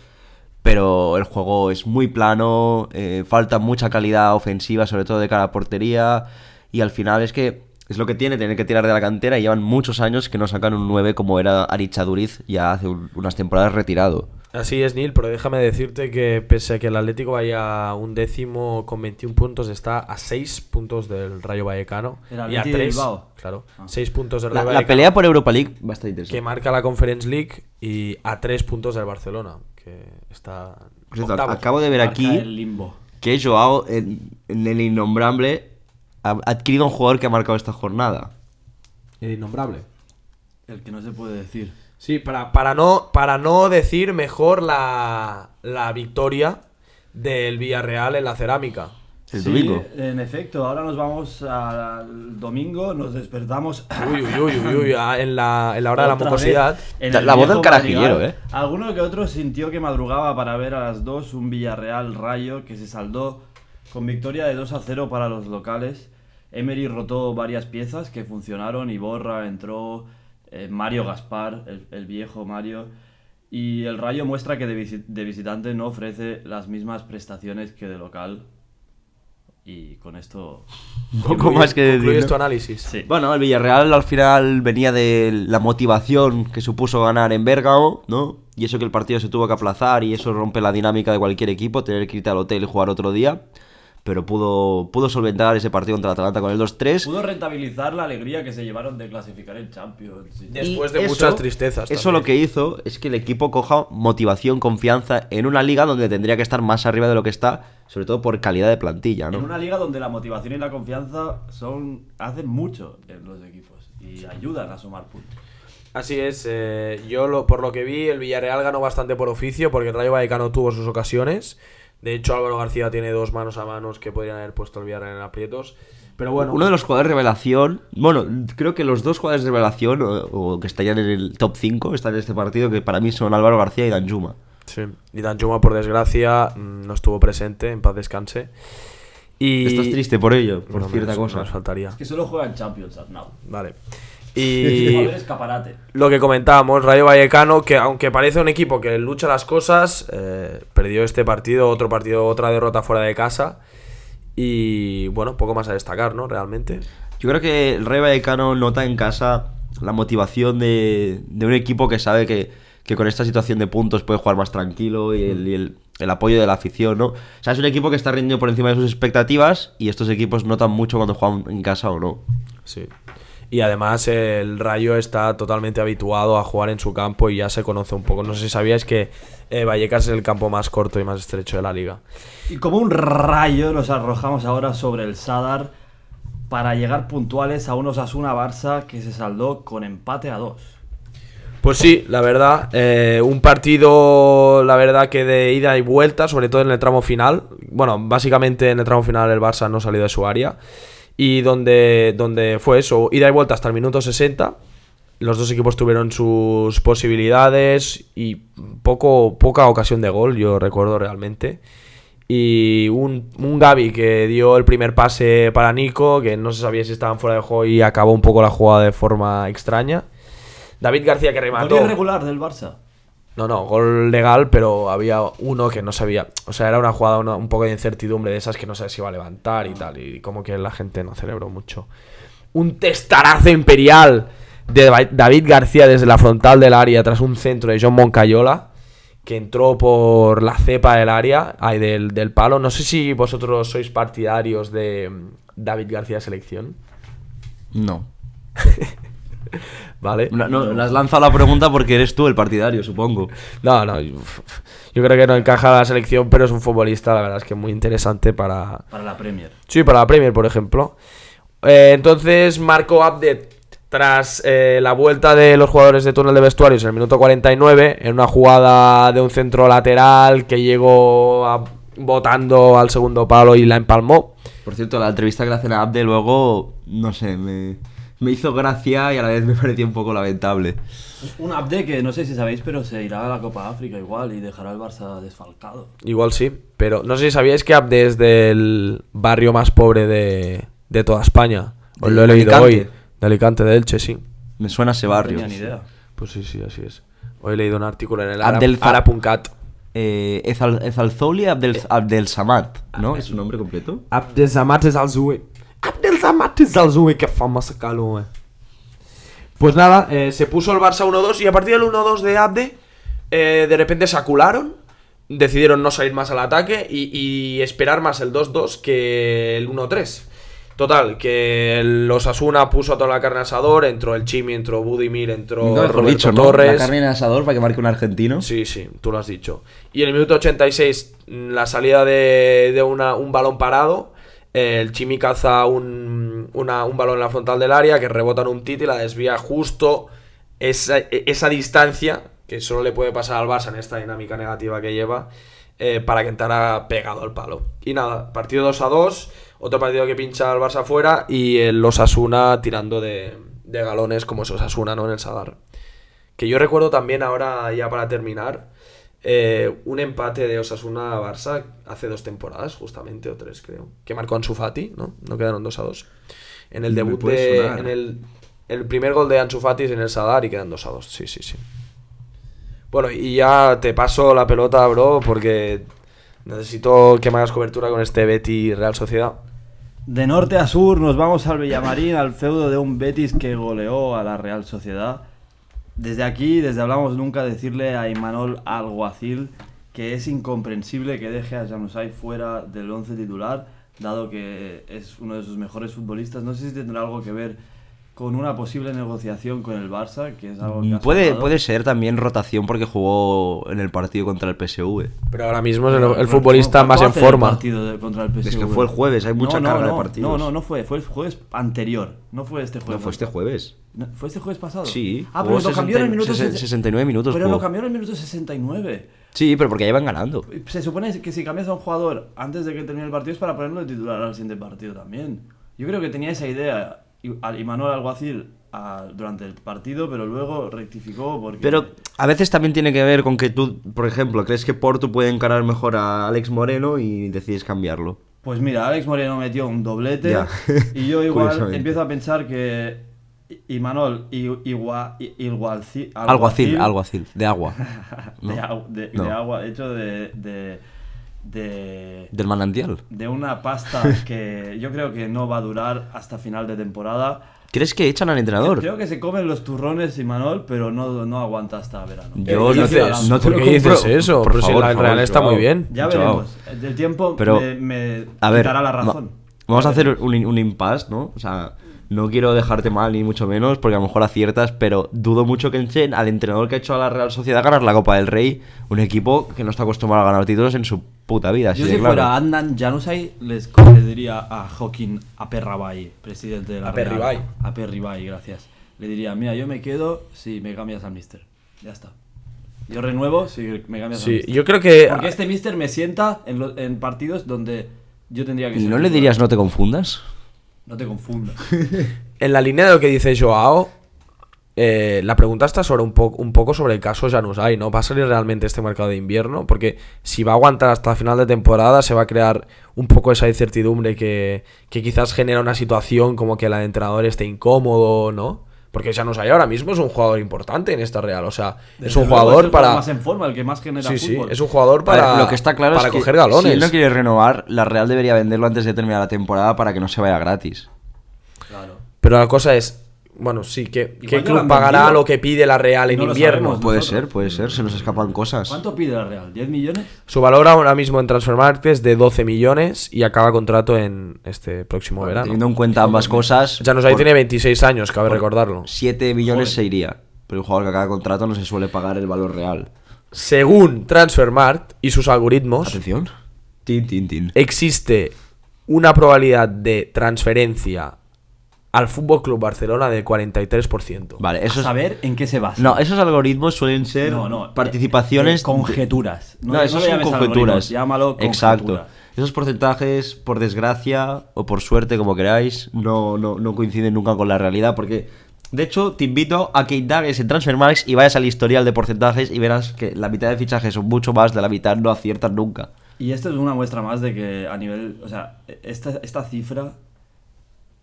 [SPEAKER 3] Pero el juego es muy plano, eh, falta mucha calidad ofensiva, sobre todo de cara a portería. Y al final es que es lo que tiene tener que tirar de la cantera. Y llevan muchos años que no sacan un 9 como era Arichaduriz ya hace un- unas temporadas retirado.
[SPEAKER 5] Así es, Neil, pero déjame decirte que pese a que el Atlético vaya a un décimo con 21 puntos, está a 6 puntos del Rayo Vallecano.
[SPEAKER 2] El
[SPEAKER 5] y a
[SPEAKER 2] Atleti de
[SPEAKER 5] 3,
[SPEAKER 2] Bilbao. Ah.
[SPEAKER 5] claro, 6 puntos del
[SPEAKER 3] La,
[SPEAKER 5] Rayo
[SPEAKER 3] la
[SPEAKER 5] Vallecano
[SPEAKER 3] pelea por Europa League va a estar
[SPEAKER 5] que
[SPEAKER 3] interesante.
[SPEAKER 5] marca la Conference League y a 3 puntos del Barcelona, que está
[SPEAKER 3] Por cierto,
[SPEAKER 5] octavo.
[SPEAKER 3] acabo de ver
[SPEAKER 2] Marca
[SPEAKER 3] aquí.
[SPEAKER 2] el limbo.
[SPEAKER 3] que Joao, en, en el innombrable, ha adquirido un jugador que ha marcado esta jornada.
[SPEAKER 4] El innombrable.
[SPEAKER 2] El que no se puede decir.
[SPEAKER 5] Sí, para, para, no, para no decir mejor la, la victoria del Villarreal en la cerámica.
[SPEAKER 3] El
[SPEAKER 2] Sí,
[SPEAKER 3] domingo.
[SPEAKER 2] En efecto, ahora nos vamos al domingo, nos despertamos.
[SPEAKER 3] [CLEARS THROAT]
[SPEAKER 5] Uy, uy, uy, uy,
[SPEAKER 2] [LAUGHS]
[SPEAKER 5] uy, ah, en la, en la hora de la
[SPEAKER 2] Otra
[SPEAKER 5] mocosidad.
[SPEAKER 2] vez en
[SPEAKER 3] La-
[SPEAKER 2] el
[SPEAKER 3] la voz del
[SPEAKER 2] viejo
[SPEAKER 3] carajillero,
[SPEAKER 2] Madrigal.
[SPEAKER 3] ¿eh?
[SPEAKER 2] Alguno que otro sintió que madrugaba para ver a las 2 un Villarreal Rayo que se saldó con victoria de 2 a 0 para los locales. Emery rotó varias piezas que funcionaron. Iborra entró, eh, Mario Gaspar, el, el viejo Mario. Y el Rayo muestra que de, visi- de visitante no ofrece las mismas prestaciones que de local. Y con esto.
[SPEAKER 3] [LAUGHS] Un poco
[SPEAKER 5] Concluye-
[SPEAKER 3] más que
[SPEAKER 5] concluyes
[SPEAKER 3] decir.
[SPEAKER 5] tu
[SPEAKER 3] ¿no?
[SPEAKER 5] análisis.
[SPEAKER 2] Sí.
[SPEAKER 3] Bueno, el Villarreal al final venía de la motivación que supuso ganar en Bérgamo, ¿no? Y eso que el partido se tuvo que aplazar y eso rompe la dinámica de cualquier equipo, tener que irte al hotel y jugar otro día. Pero pudo, pudo solventar ese partido contra el Atalanta con el 2-3.
[SPEAKER 2] Pudo rentabilizar la alegría que se llevaron de clasificar el Champions.
[SPEAKER 5] De- Después muchas tristezas
[SPEAKER 3] Eso
[SPEAKER 5] también.
[SPEAKER 3] lo que hizo es que el equipo coja motivación, confianza en una liga donde tendría que estar más arriba de lo que está, sobre todo por calidad de plantilla,
[SPEAKER 2] En
[SPEAKER 3] ¿no?
[SPEAKER 2] una liga donde la motivación y la confianza son hacen mucho en los equipos y ayudan a sumar puntos.
[SPEAKER 5] Así es, eh, yo lo, por lo que vi, el Villarreal ganó bastante por oficio porque el Rayo Vallecano tuvo sus ocasiones. De hecho, Álvaro García tiene dos manos a manos que podrían haber puesto al Villarreal en aprietos. Pero bueno,
[SPEAKER 3] Uno de los jugadores de revelación, bueno, creo que los dos jugadores de revelación, o, o que estarían en el top 5, están en este partido, que para mí son Álvaro García y Danjuma.
[SPEAKER 5] Sí. Y Danjuma, por desgracia, mm, no estuvo presente, en paz descanse. Y...
[SPEAKER 3] Estás triste por ello, por
[SPEAKER 5] No,
[SPEAKER 3] cierta
[SPEAKER 5] menos-
[SPEAKER 3] cosa.
[SPEAKER 5] menos faltaría.
[SPEAKER 2] Es que solo juegan Champions at now.
[SPEAKER 3] [LAUGHS]
[SPEAKER 5] Vale.
[SPEAKER 2] Y...
[SPEAKER 5] Y
[SPEAKER 2] escaparate.
[SPEAKER 5] lo que comentábamos, Rayo Vallecano, que aunque parece un equipo que lucha las cosas, eh, perdió este partido, otro partido, otra derrota fuera de casa. Y bueno, poco más a destacar, ¿no? Realmente.
[SPEAKER 3] Yo creo que el Rey Vallecano nota en casa la motivación de, de un equipo que sabe que, que con esta situación de puntos puede jugar más tranquilo y el, y el- el apoyo de la afición, ¿no? O sea, es un equipo que está rindiendo por encima de sus expectativas y estos equipos notan mucho cuando juegan en casa o no.
[SPEAKER 5] Sí. Y además el Rayo está totalmente habituado a jugar en su campo y ya se conoce un poco. No sé si sabíais que eh, Vallecas es el campo más corto y más estrecho de la liga.
[SPEAKER 2] Y como un rayo nos arrojamos ahora sobre el Sadar para llegar puntuales a unos Asuna Barça que se saldó con empate a dos.
[SPEAKER 5] Pues sí, la verdad, eh, un partido, la verdad que de ida y vuelta, sobre todo en el tramo final. Bueno, básicamente en el tramo final el Barça no salió de su área. Y donde, donde fue eso, ida y vuelta hasta el minuto 60. Los dos equipos tuvieron sus posibilidades y poco, poca ocasión de gol, yo recuerdo realmente. Y un, un Gaby que dio el primer pase para Nico, que no se sabía si estaban fuera de juego y acabó un poco la jugada de forma extraña. David García que remató.
[SPEAKER 2] Gol irregular del Barça.
[SPEAKER 5] No, no, gol legal, pero había uno que no sabía. O sea, era una jugada una- un poco de incertidumbre de esas que no sabes si va a levantar y tal. Y como que la gente no celebró mucho. Un testarazo imperial de Davi- David García desde la frontal del área tras un centro de John Moncayola. Que entró por la cepa del área, ay, del, del palo. No sé si vosotros sois partidarios de mm, David García Selección, [LAUGHS]
[SPEAKER 3] No.
[SPEAKER 5] ¿vale?
[SPEAKER 3] No, las lanza la pregunta porque eres tú el partidario, supongo.
[SPEAKER 5] No, no. Yo yo creo que no encaja a la selección, pero es un futbolista, la verdad es que muy interesante para.
[SPEAKER 2] Para la Premier.
[SPEAKER 5] Sí, para la Premier, por ejemplo. Eh, entonces, Marco Abdet, tras eh, la vuelta de los jugadores de túnel de vestuarios en el minuto 49, en una jugada de un centro lateral que llegó a- botando al segundo palo y la empalmó.
[SPEAKER 3] Por cierto, la entrevista que le hacen a Abde luego, no sé, me, me hizo gracia y a la vez me [LAUGHS] pareció un poco lamentable.
[SPEAKER 2] Un Abde que no sé si sabéis, pero se irá a la Copa África igual y dejará al Barça desfalcado.
[SPEAKER 5] Igual sí, pero no sé si sabíais que Abde es del barrio más pobre de, de toda España. Os lo he
[SPEAKER 3] De
[SPEAKER 5] leído
[SPEAKER 3] Alicante.
[SPEAKER 5] hoy. De Alicante, de Elche, sí.
[SPEAKER 3] Me suena ese barrio.
[SPEAKER 2] No tenía ni idea.
[SPEAKER 5] Pues sí, sí, así es. Hoy he leído un artículo en el
[SPEAKER 3] Abdel
[SPEAKER 5] Arab-
[SPEAKER 3] Fa-
[SPEAKER 5] Arab.cat.
[SPEAKER 3] Eh, Ezal- Ezalzouli Abdel, Abdel Samad, ¿no? ¿Es su nombre completo?
[SPEAKER 5] Abdelsamat es Alzue. Abdelsamat es Alzue, qué fama sacalo, eh. Pues nada, eh, se puso el Barça 1-2 y a partir del 1-2 de Abde, eh, de repente se acularon, decidieron no salir más al ataque y, y esperar más el 2-2 que el 1-3. Total, que los Asuna puso a toda la carne al asador, entró el Chimi, entró Budimir, entró Roberto
[SPEAKER 3] ¿no?
[SPEAKER 5] Torres.
[SPEAKER 3] La carne en asador para que marque un argentino.
[SPEAKER 5] Sí, sí, tú lo has dicho. Y en el minuto 86, mm, la salida de, de una- un balón parado. eh, El Chimi caza un, una- un balón en la frontal del área que rebota en un titi y la desvía justo esa, e- esa distancia que solo le puede pasar al Barça en esta dinámica negativa que lleva eh, para que entrara pegado al palo. Y nada, partido 2 a 2, otro partido que pincha al Barça fuera y el Osasuna tirando de, de galones como es Osasuna ¿no? en el Sadar. Que yo recuerdo también ahora, ya para terminar, eh, un empate de Osasuna a Barça hace dos temporadas, justamente, o tres, creo. Que marcó Ansu Fati, ¿no? No quedaron 2 a 2. En el
[SPEAKER 3] Me
[SPEAKER 5] debut
[SPEAKER 3] puede
[SPEAKER 5] de.
[SPEAKER 3] sonar.
[SPEAKER 5] En el, el primer gol de Ansu Fati es en el Sadar y quedan 2 a 2. Sí, sí, sí. Bueno, y ya te paso la pelota, bro, porque necesito que me hagas cobertura con este Betty Real Sociedad.
[SPEAKER 2] De norte a sur nos vamos al Villamarín, al feudo de un Betis que goleó a la Real Sociedad. Desde aquí, desde Hablamos Nunca, decirle a Imanol Alguacil que es incomprensible que deje a Januzaj fuera del once titular, dado que es uno de sus mejores futbolistas. No sé si tendrá algo que ver con una posible negociación con el Barça, que es algo que
[SPEAKER 3] Y
[SPEAKER 2] ha
[SPEAKER 3] puede,
[SPEAKER 2] sonado.
[SPEAKER 3] puede ser también rotación porque jugó en el partido contra el PSV.
[SPEAKER 5] Pero ahora mismo es el, el
[SPEAKER 2] Bueno,
[SPEAKER 5] futbolista
[SPEAKER 2] ¿cuándo
[SPEAKER 5] más en
[SPEAKER 2] hace el
[SPEAKER 5] forma.
[SPEAKER 2] partido de- contra el
[SPEAKER 3] que
[SPEAKER 2] PSV?
[SPEAKER 3] fue el jueves, hay mucha carga de
[SPEAKER 2] no,
[SPEAKER 3] partidos.
[SPEAKER 2] No, no, no fue, fue el jueves anterior, no fue este jueves.
[SPEAKER 3] No, fue este jueves.
[SPEAKER 2] No, ¿Fue este jueves pasado?
[SPEAKER 3] Sí,
[SPEAKER 2] Ah, pero
[SPEAKER 3] jugó
[SPEAKER 2] lo cambiaron en el
[SPEAKER 3] 60
[SPEAKER 2] minuto...
[SPEAKER 3] sesen-
[SPEAKER 2] sesen-
[SPEAKER 3] 69 minutos
[SPEAKER 2] Pero lo
[SPEAKER 3] jugó.
[SPEAKER 2] cambiaron en el minuto 69.
[SPEAKER 3] Sí, pero porque ya iban ganando.
[SPEAKER 2] Se supone que si cambias a un jugador antes de que termine el partido es para ponerlo de titular al siguiente partido también. Yo creo que tenía esa idea y- al- Imanol Alguacil a- durante el partido, pero luego rectificó porque...
[SPEAKER 3] Pero a veces también tiene que ver con que tú, por ejemplo, crees que Porto puede encarar mejor a Alex Moreno y decides cambiarlo.
[SPEAKER 2] Pues mira, Alex Moreno metió un doblete
[SPEAKER 3] Ya.
[SPEAKER 2] [LAUGHS] y
[SPEAKER 3] [LAUGHS]
[SPEAKER 2] yo igual
[SPEAKER 3] Curiosamente.
[SPEAKER 2] empiezo a pensar que I- Imanol y, igual,
[SPEAKER 3] Alguacil, alguacil, de agua.
[SPEAKER 2] [LAUGHS]
[SPEAKER 3] ¿no?
[SPEAKER 2] de, agu- de-
[SPEAKER 3] No.
[SPEAKER 2] de agua, hecho de, de, de,
[SPEAKER 3] Del manantial.
[SPEAKER 2] de una
[SPEAKER 3] [LAUGHS]
[SPEAKER 2] pasta que yo creo que no va a durar hasta final de temporada.
[SPEAKER 3] ¿Crees que echan al entrenador?
[SPEAKER 2] Creo que se comen los turrones y Manol, pero no, no aguanta hasta verano. Eh,
[SPEAKER 3] Yo
[SPEAKER 5] ¿Qué
[SPEAKER 3] no te,
[SPEAKER 5] dices?
[SPEAKER 3] no te
[SPEAKER 5] ¿Por
[SPEAKER 3] lo
[SPEAKER 5] qué
[SPEAKER 3] compro.
[SPEAKER 5] dices eso? Pero si la Real está
[SPEAKER 3] Joao.
[SPEAKER 5] muy bien.
[SPEAKER 2] Ya
[SPEAKER 3] Joao.
[SPEAKER 2] veremos. El tiempo
[SPEAKER 3] Pero,
[SPEAKER 2] me, me
[SPEAKER 3] A ver,
[SPEAKER 2] quitará la
[SPEAKER 3] va-
[SPEAKER 2] razón.
[SPEAKER 3] vamos a hacer un, un impasse, ¿no? O sea, no quiero dejarte mal ni mucho menos, porque a lo mejor aciertas, pero dudo mucho que echen al entrenador que ha hecho a la Real Sociedad ganar la Copa del Rey, un equipo que no está acostumbrado a ganar títulos en su puta vida. así
[SPEAKER 2] Yo
[SPEAKER 3] de
[SPEAKER 2] si
[SPEAKER 3] claro.
[SPEAKER 2] fuera Andan Januzaj, les, les diría a Joaquín Aperrabay, presidente de la
[SPEAKER 5] Aperribay.
[SPEAKER 2] Real. Aperribay, gracias. Le diría, mira, yo me quedo si me cambias al mister. Ya está. Yo renuevo si me cambias al
[SPEAKER 5] Sí,
[SPEAKER 2] mister.
[SPEAKER 5] yo creo que.
[SPEAKER 2] Porque este mister me sienta en, lo- en partidos donde yo tendría que
[SPEAKER 3] ¿Y
[SPEAKER 2] ser
[SPEAKER 3] no le
[SPEAKER 2] titular.
[SPEAKER 3] dirías no te confundas?
[SPEAKER 2] No te confundas.
[SPEAKER 5] En la línea de lo que dice Joao, eh, la pregunta está sobre un, po- un poco sobre el caso Januzaj, ¿no? ¿Va a salir realmente este mercado de invierno? Porque si va a aguantar hasta final de temporada, se va a crear un poco esa incertidumbre que, que quizás genera una situación como que el entrenador esté incómodo, ¿no? Porque Januzaj ahora mismo es un jugador importante en esta Real, o sea, es
[SPEAKER 2] Desde
[SPEAKER 5] un
[SPEAKER 2] luego es
[SPEAKER 5] jugador
[SPEAKER 2] el
[SPEAKER 5] para...
[SPEAKER 2] más en forma, el que más genera
[SPEAKER 5] Sí, sí,
[SPEAKER 2] fútbol.
[SPEAKER 5] es un jugador
[SPEAKER 3] A ver,
[SPEAKER 5] para,
[SPEAKER 3] lo que está claro
[SPEAKER 5] para
[SPEAKER 3] es que
[SPEAKER 5] coger galones.
[SPEAKER 3] si él no quiere renovar, la Real debería venderlo antes de terminar la temporada para que no se vaya gratis.
[SPEAKER 2] Claro.
[SPEAKER 5] Pero la cosa es, bueno, sí, ¿qué,
[SPEAKER 2] Igual
[SPEAKER 5] qué
[SPEAKER 2] ya lo
[SPEAKER 5] club
[SPEAKER 2] han
[SPEAKER 5] pagará
[SPEAKER 2] vendido.
[SPEAKER 5] lo que pide la Real en
[SPEAKER 2] No lo
[SPEAKER 5] invierno?
[SPEAKER 2] sabemos.
[SPEAKER 3] Puede
[SPEAKER 2] Nosotros-
[SPEAKER 3] ser, puede ser, se nos escapan cosas.
[SPEAKER 2] ¿Cuánto pide la Real? ¿10 millones?
[SPEAKER 5] Su valor ahora mismo en Transfermarkt es de 12 millones y acaba contrato en este próximo
[SPEAKER 3] Bueno,
[SPEAKER 5] verano.
[SPEAKER 3] Teniendo en cuenta ambas cosas,
[SPEAKER 5] Ya nos ahí tiene 26 años, cabe recordarlo.
[SPEAKER 3] 7 millones se iría. Pero un jugador que acaba contrato no se suele pagar el valor real.
[SPEAKER 5] Según Transfermarkt y sus algoritmos,
[SPEAKER 3] Atención. Eh, Tin, tin, tin.
[SPEAKER 5] existe una probabilidad de transferencia al Fútbol Club Barcelona del 43%.
[SPEAKER 3] Vale, eso
[SPEAKER 2] A
[SPEAKER 3] es-
[SPEAKER 2] saber en qué se basa.
[SPEAKER 3] No, esos algoritmos suelen ser
[SPEAKER 2] No, no,
[SPEAKER 3] participaciones.
[SPEAKER 2] eh, conjeturas.
[SPEAKER 3] No,
[SPEAKER 2] No, no
[SPEAKER 3] esos
[SPEAKER 2] le
[SPEAKER 3] son
[SPEAKER 2] llames
[SPEAKER 3] conjeturas.
[SPEAKER 2] algoritmos, llámalo
[SPEAKER 3] Exacto.
[SPEAKER 2] conjeturas.
[SPEAKER 3] Esos porcentajes, por desgracia o por suerte, como queráis, no, no, no coinciden nunca con la realidad. Porque, de hecho, te invito a que indagues en Transfermarkt y vayas al historial de porcentajes y verás que la mitad de fichajes son mucho más, de la mitad no aciertan nunca.
[SPEAKER 2] Y esto es una muestra más de que a nivel. O sea, esta, esta cifra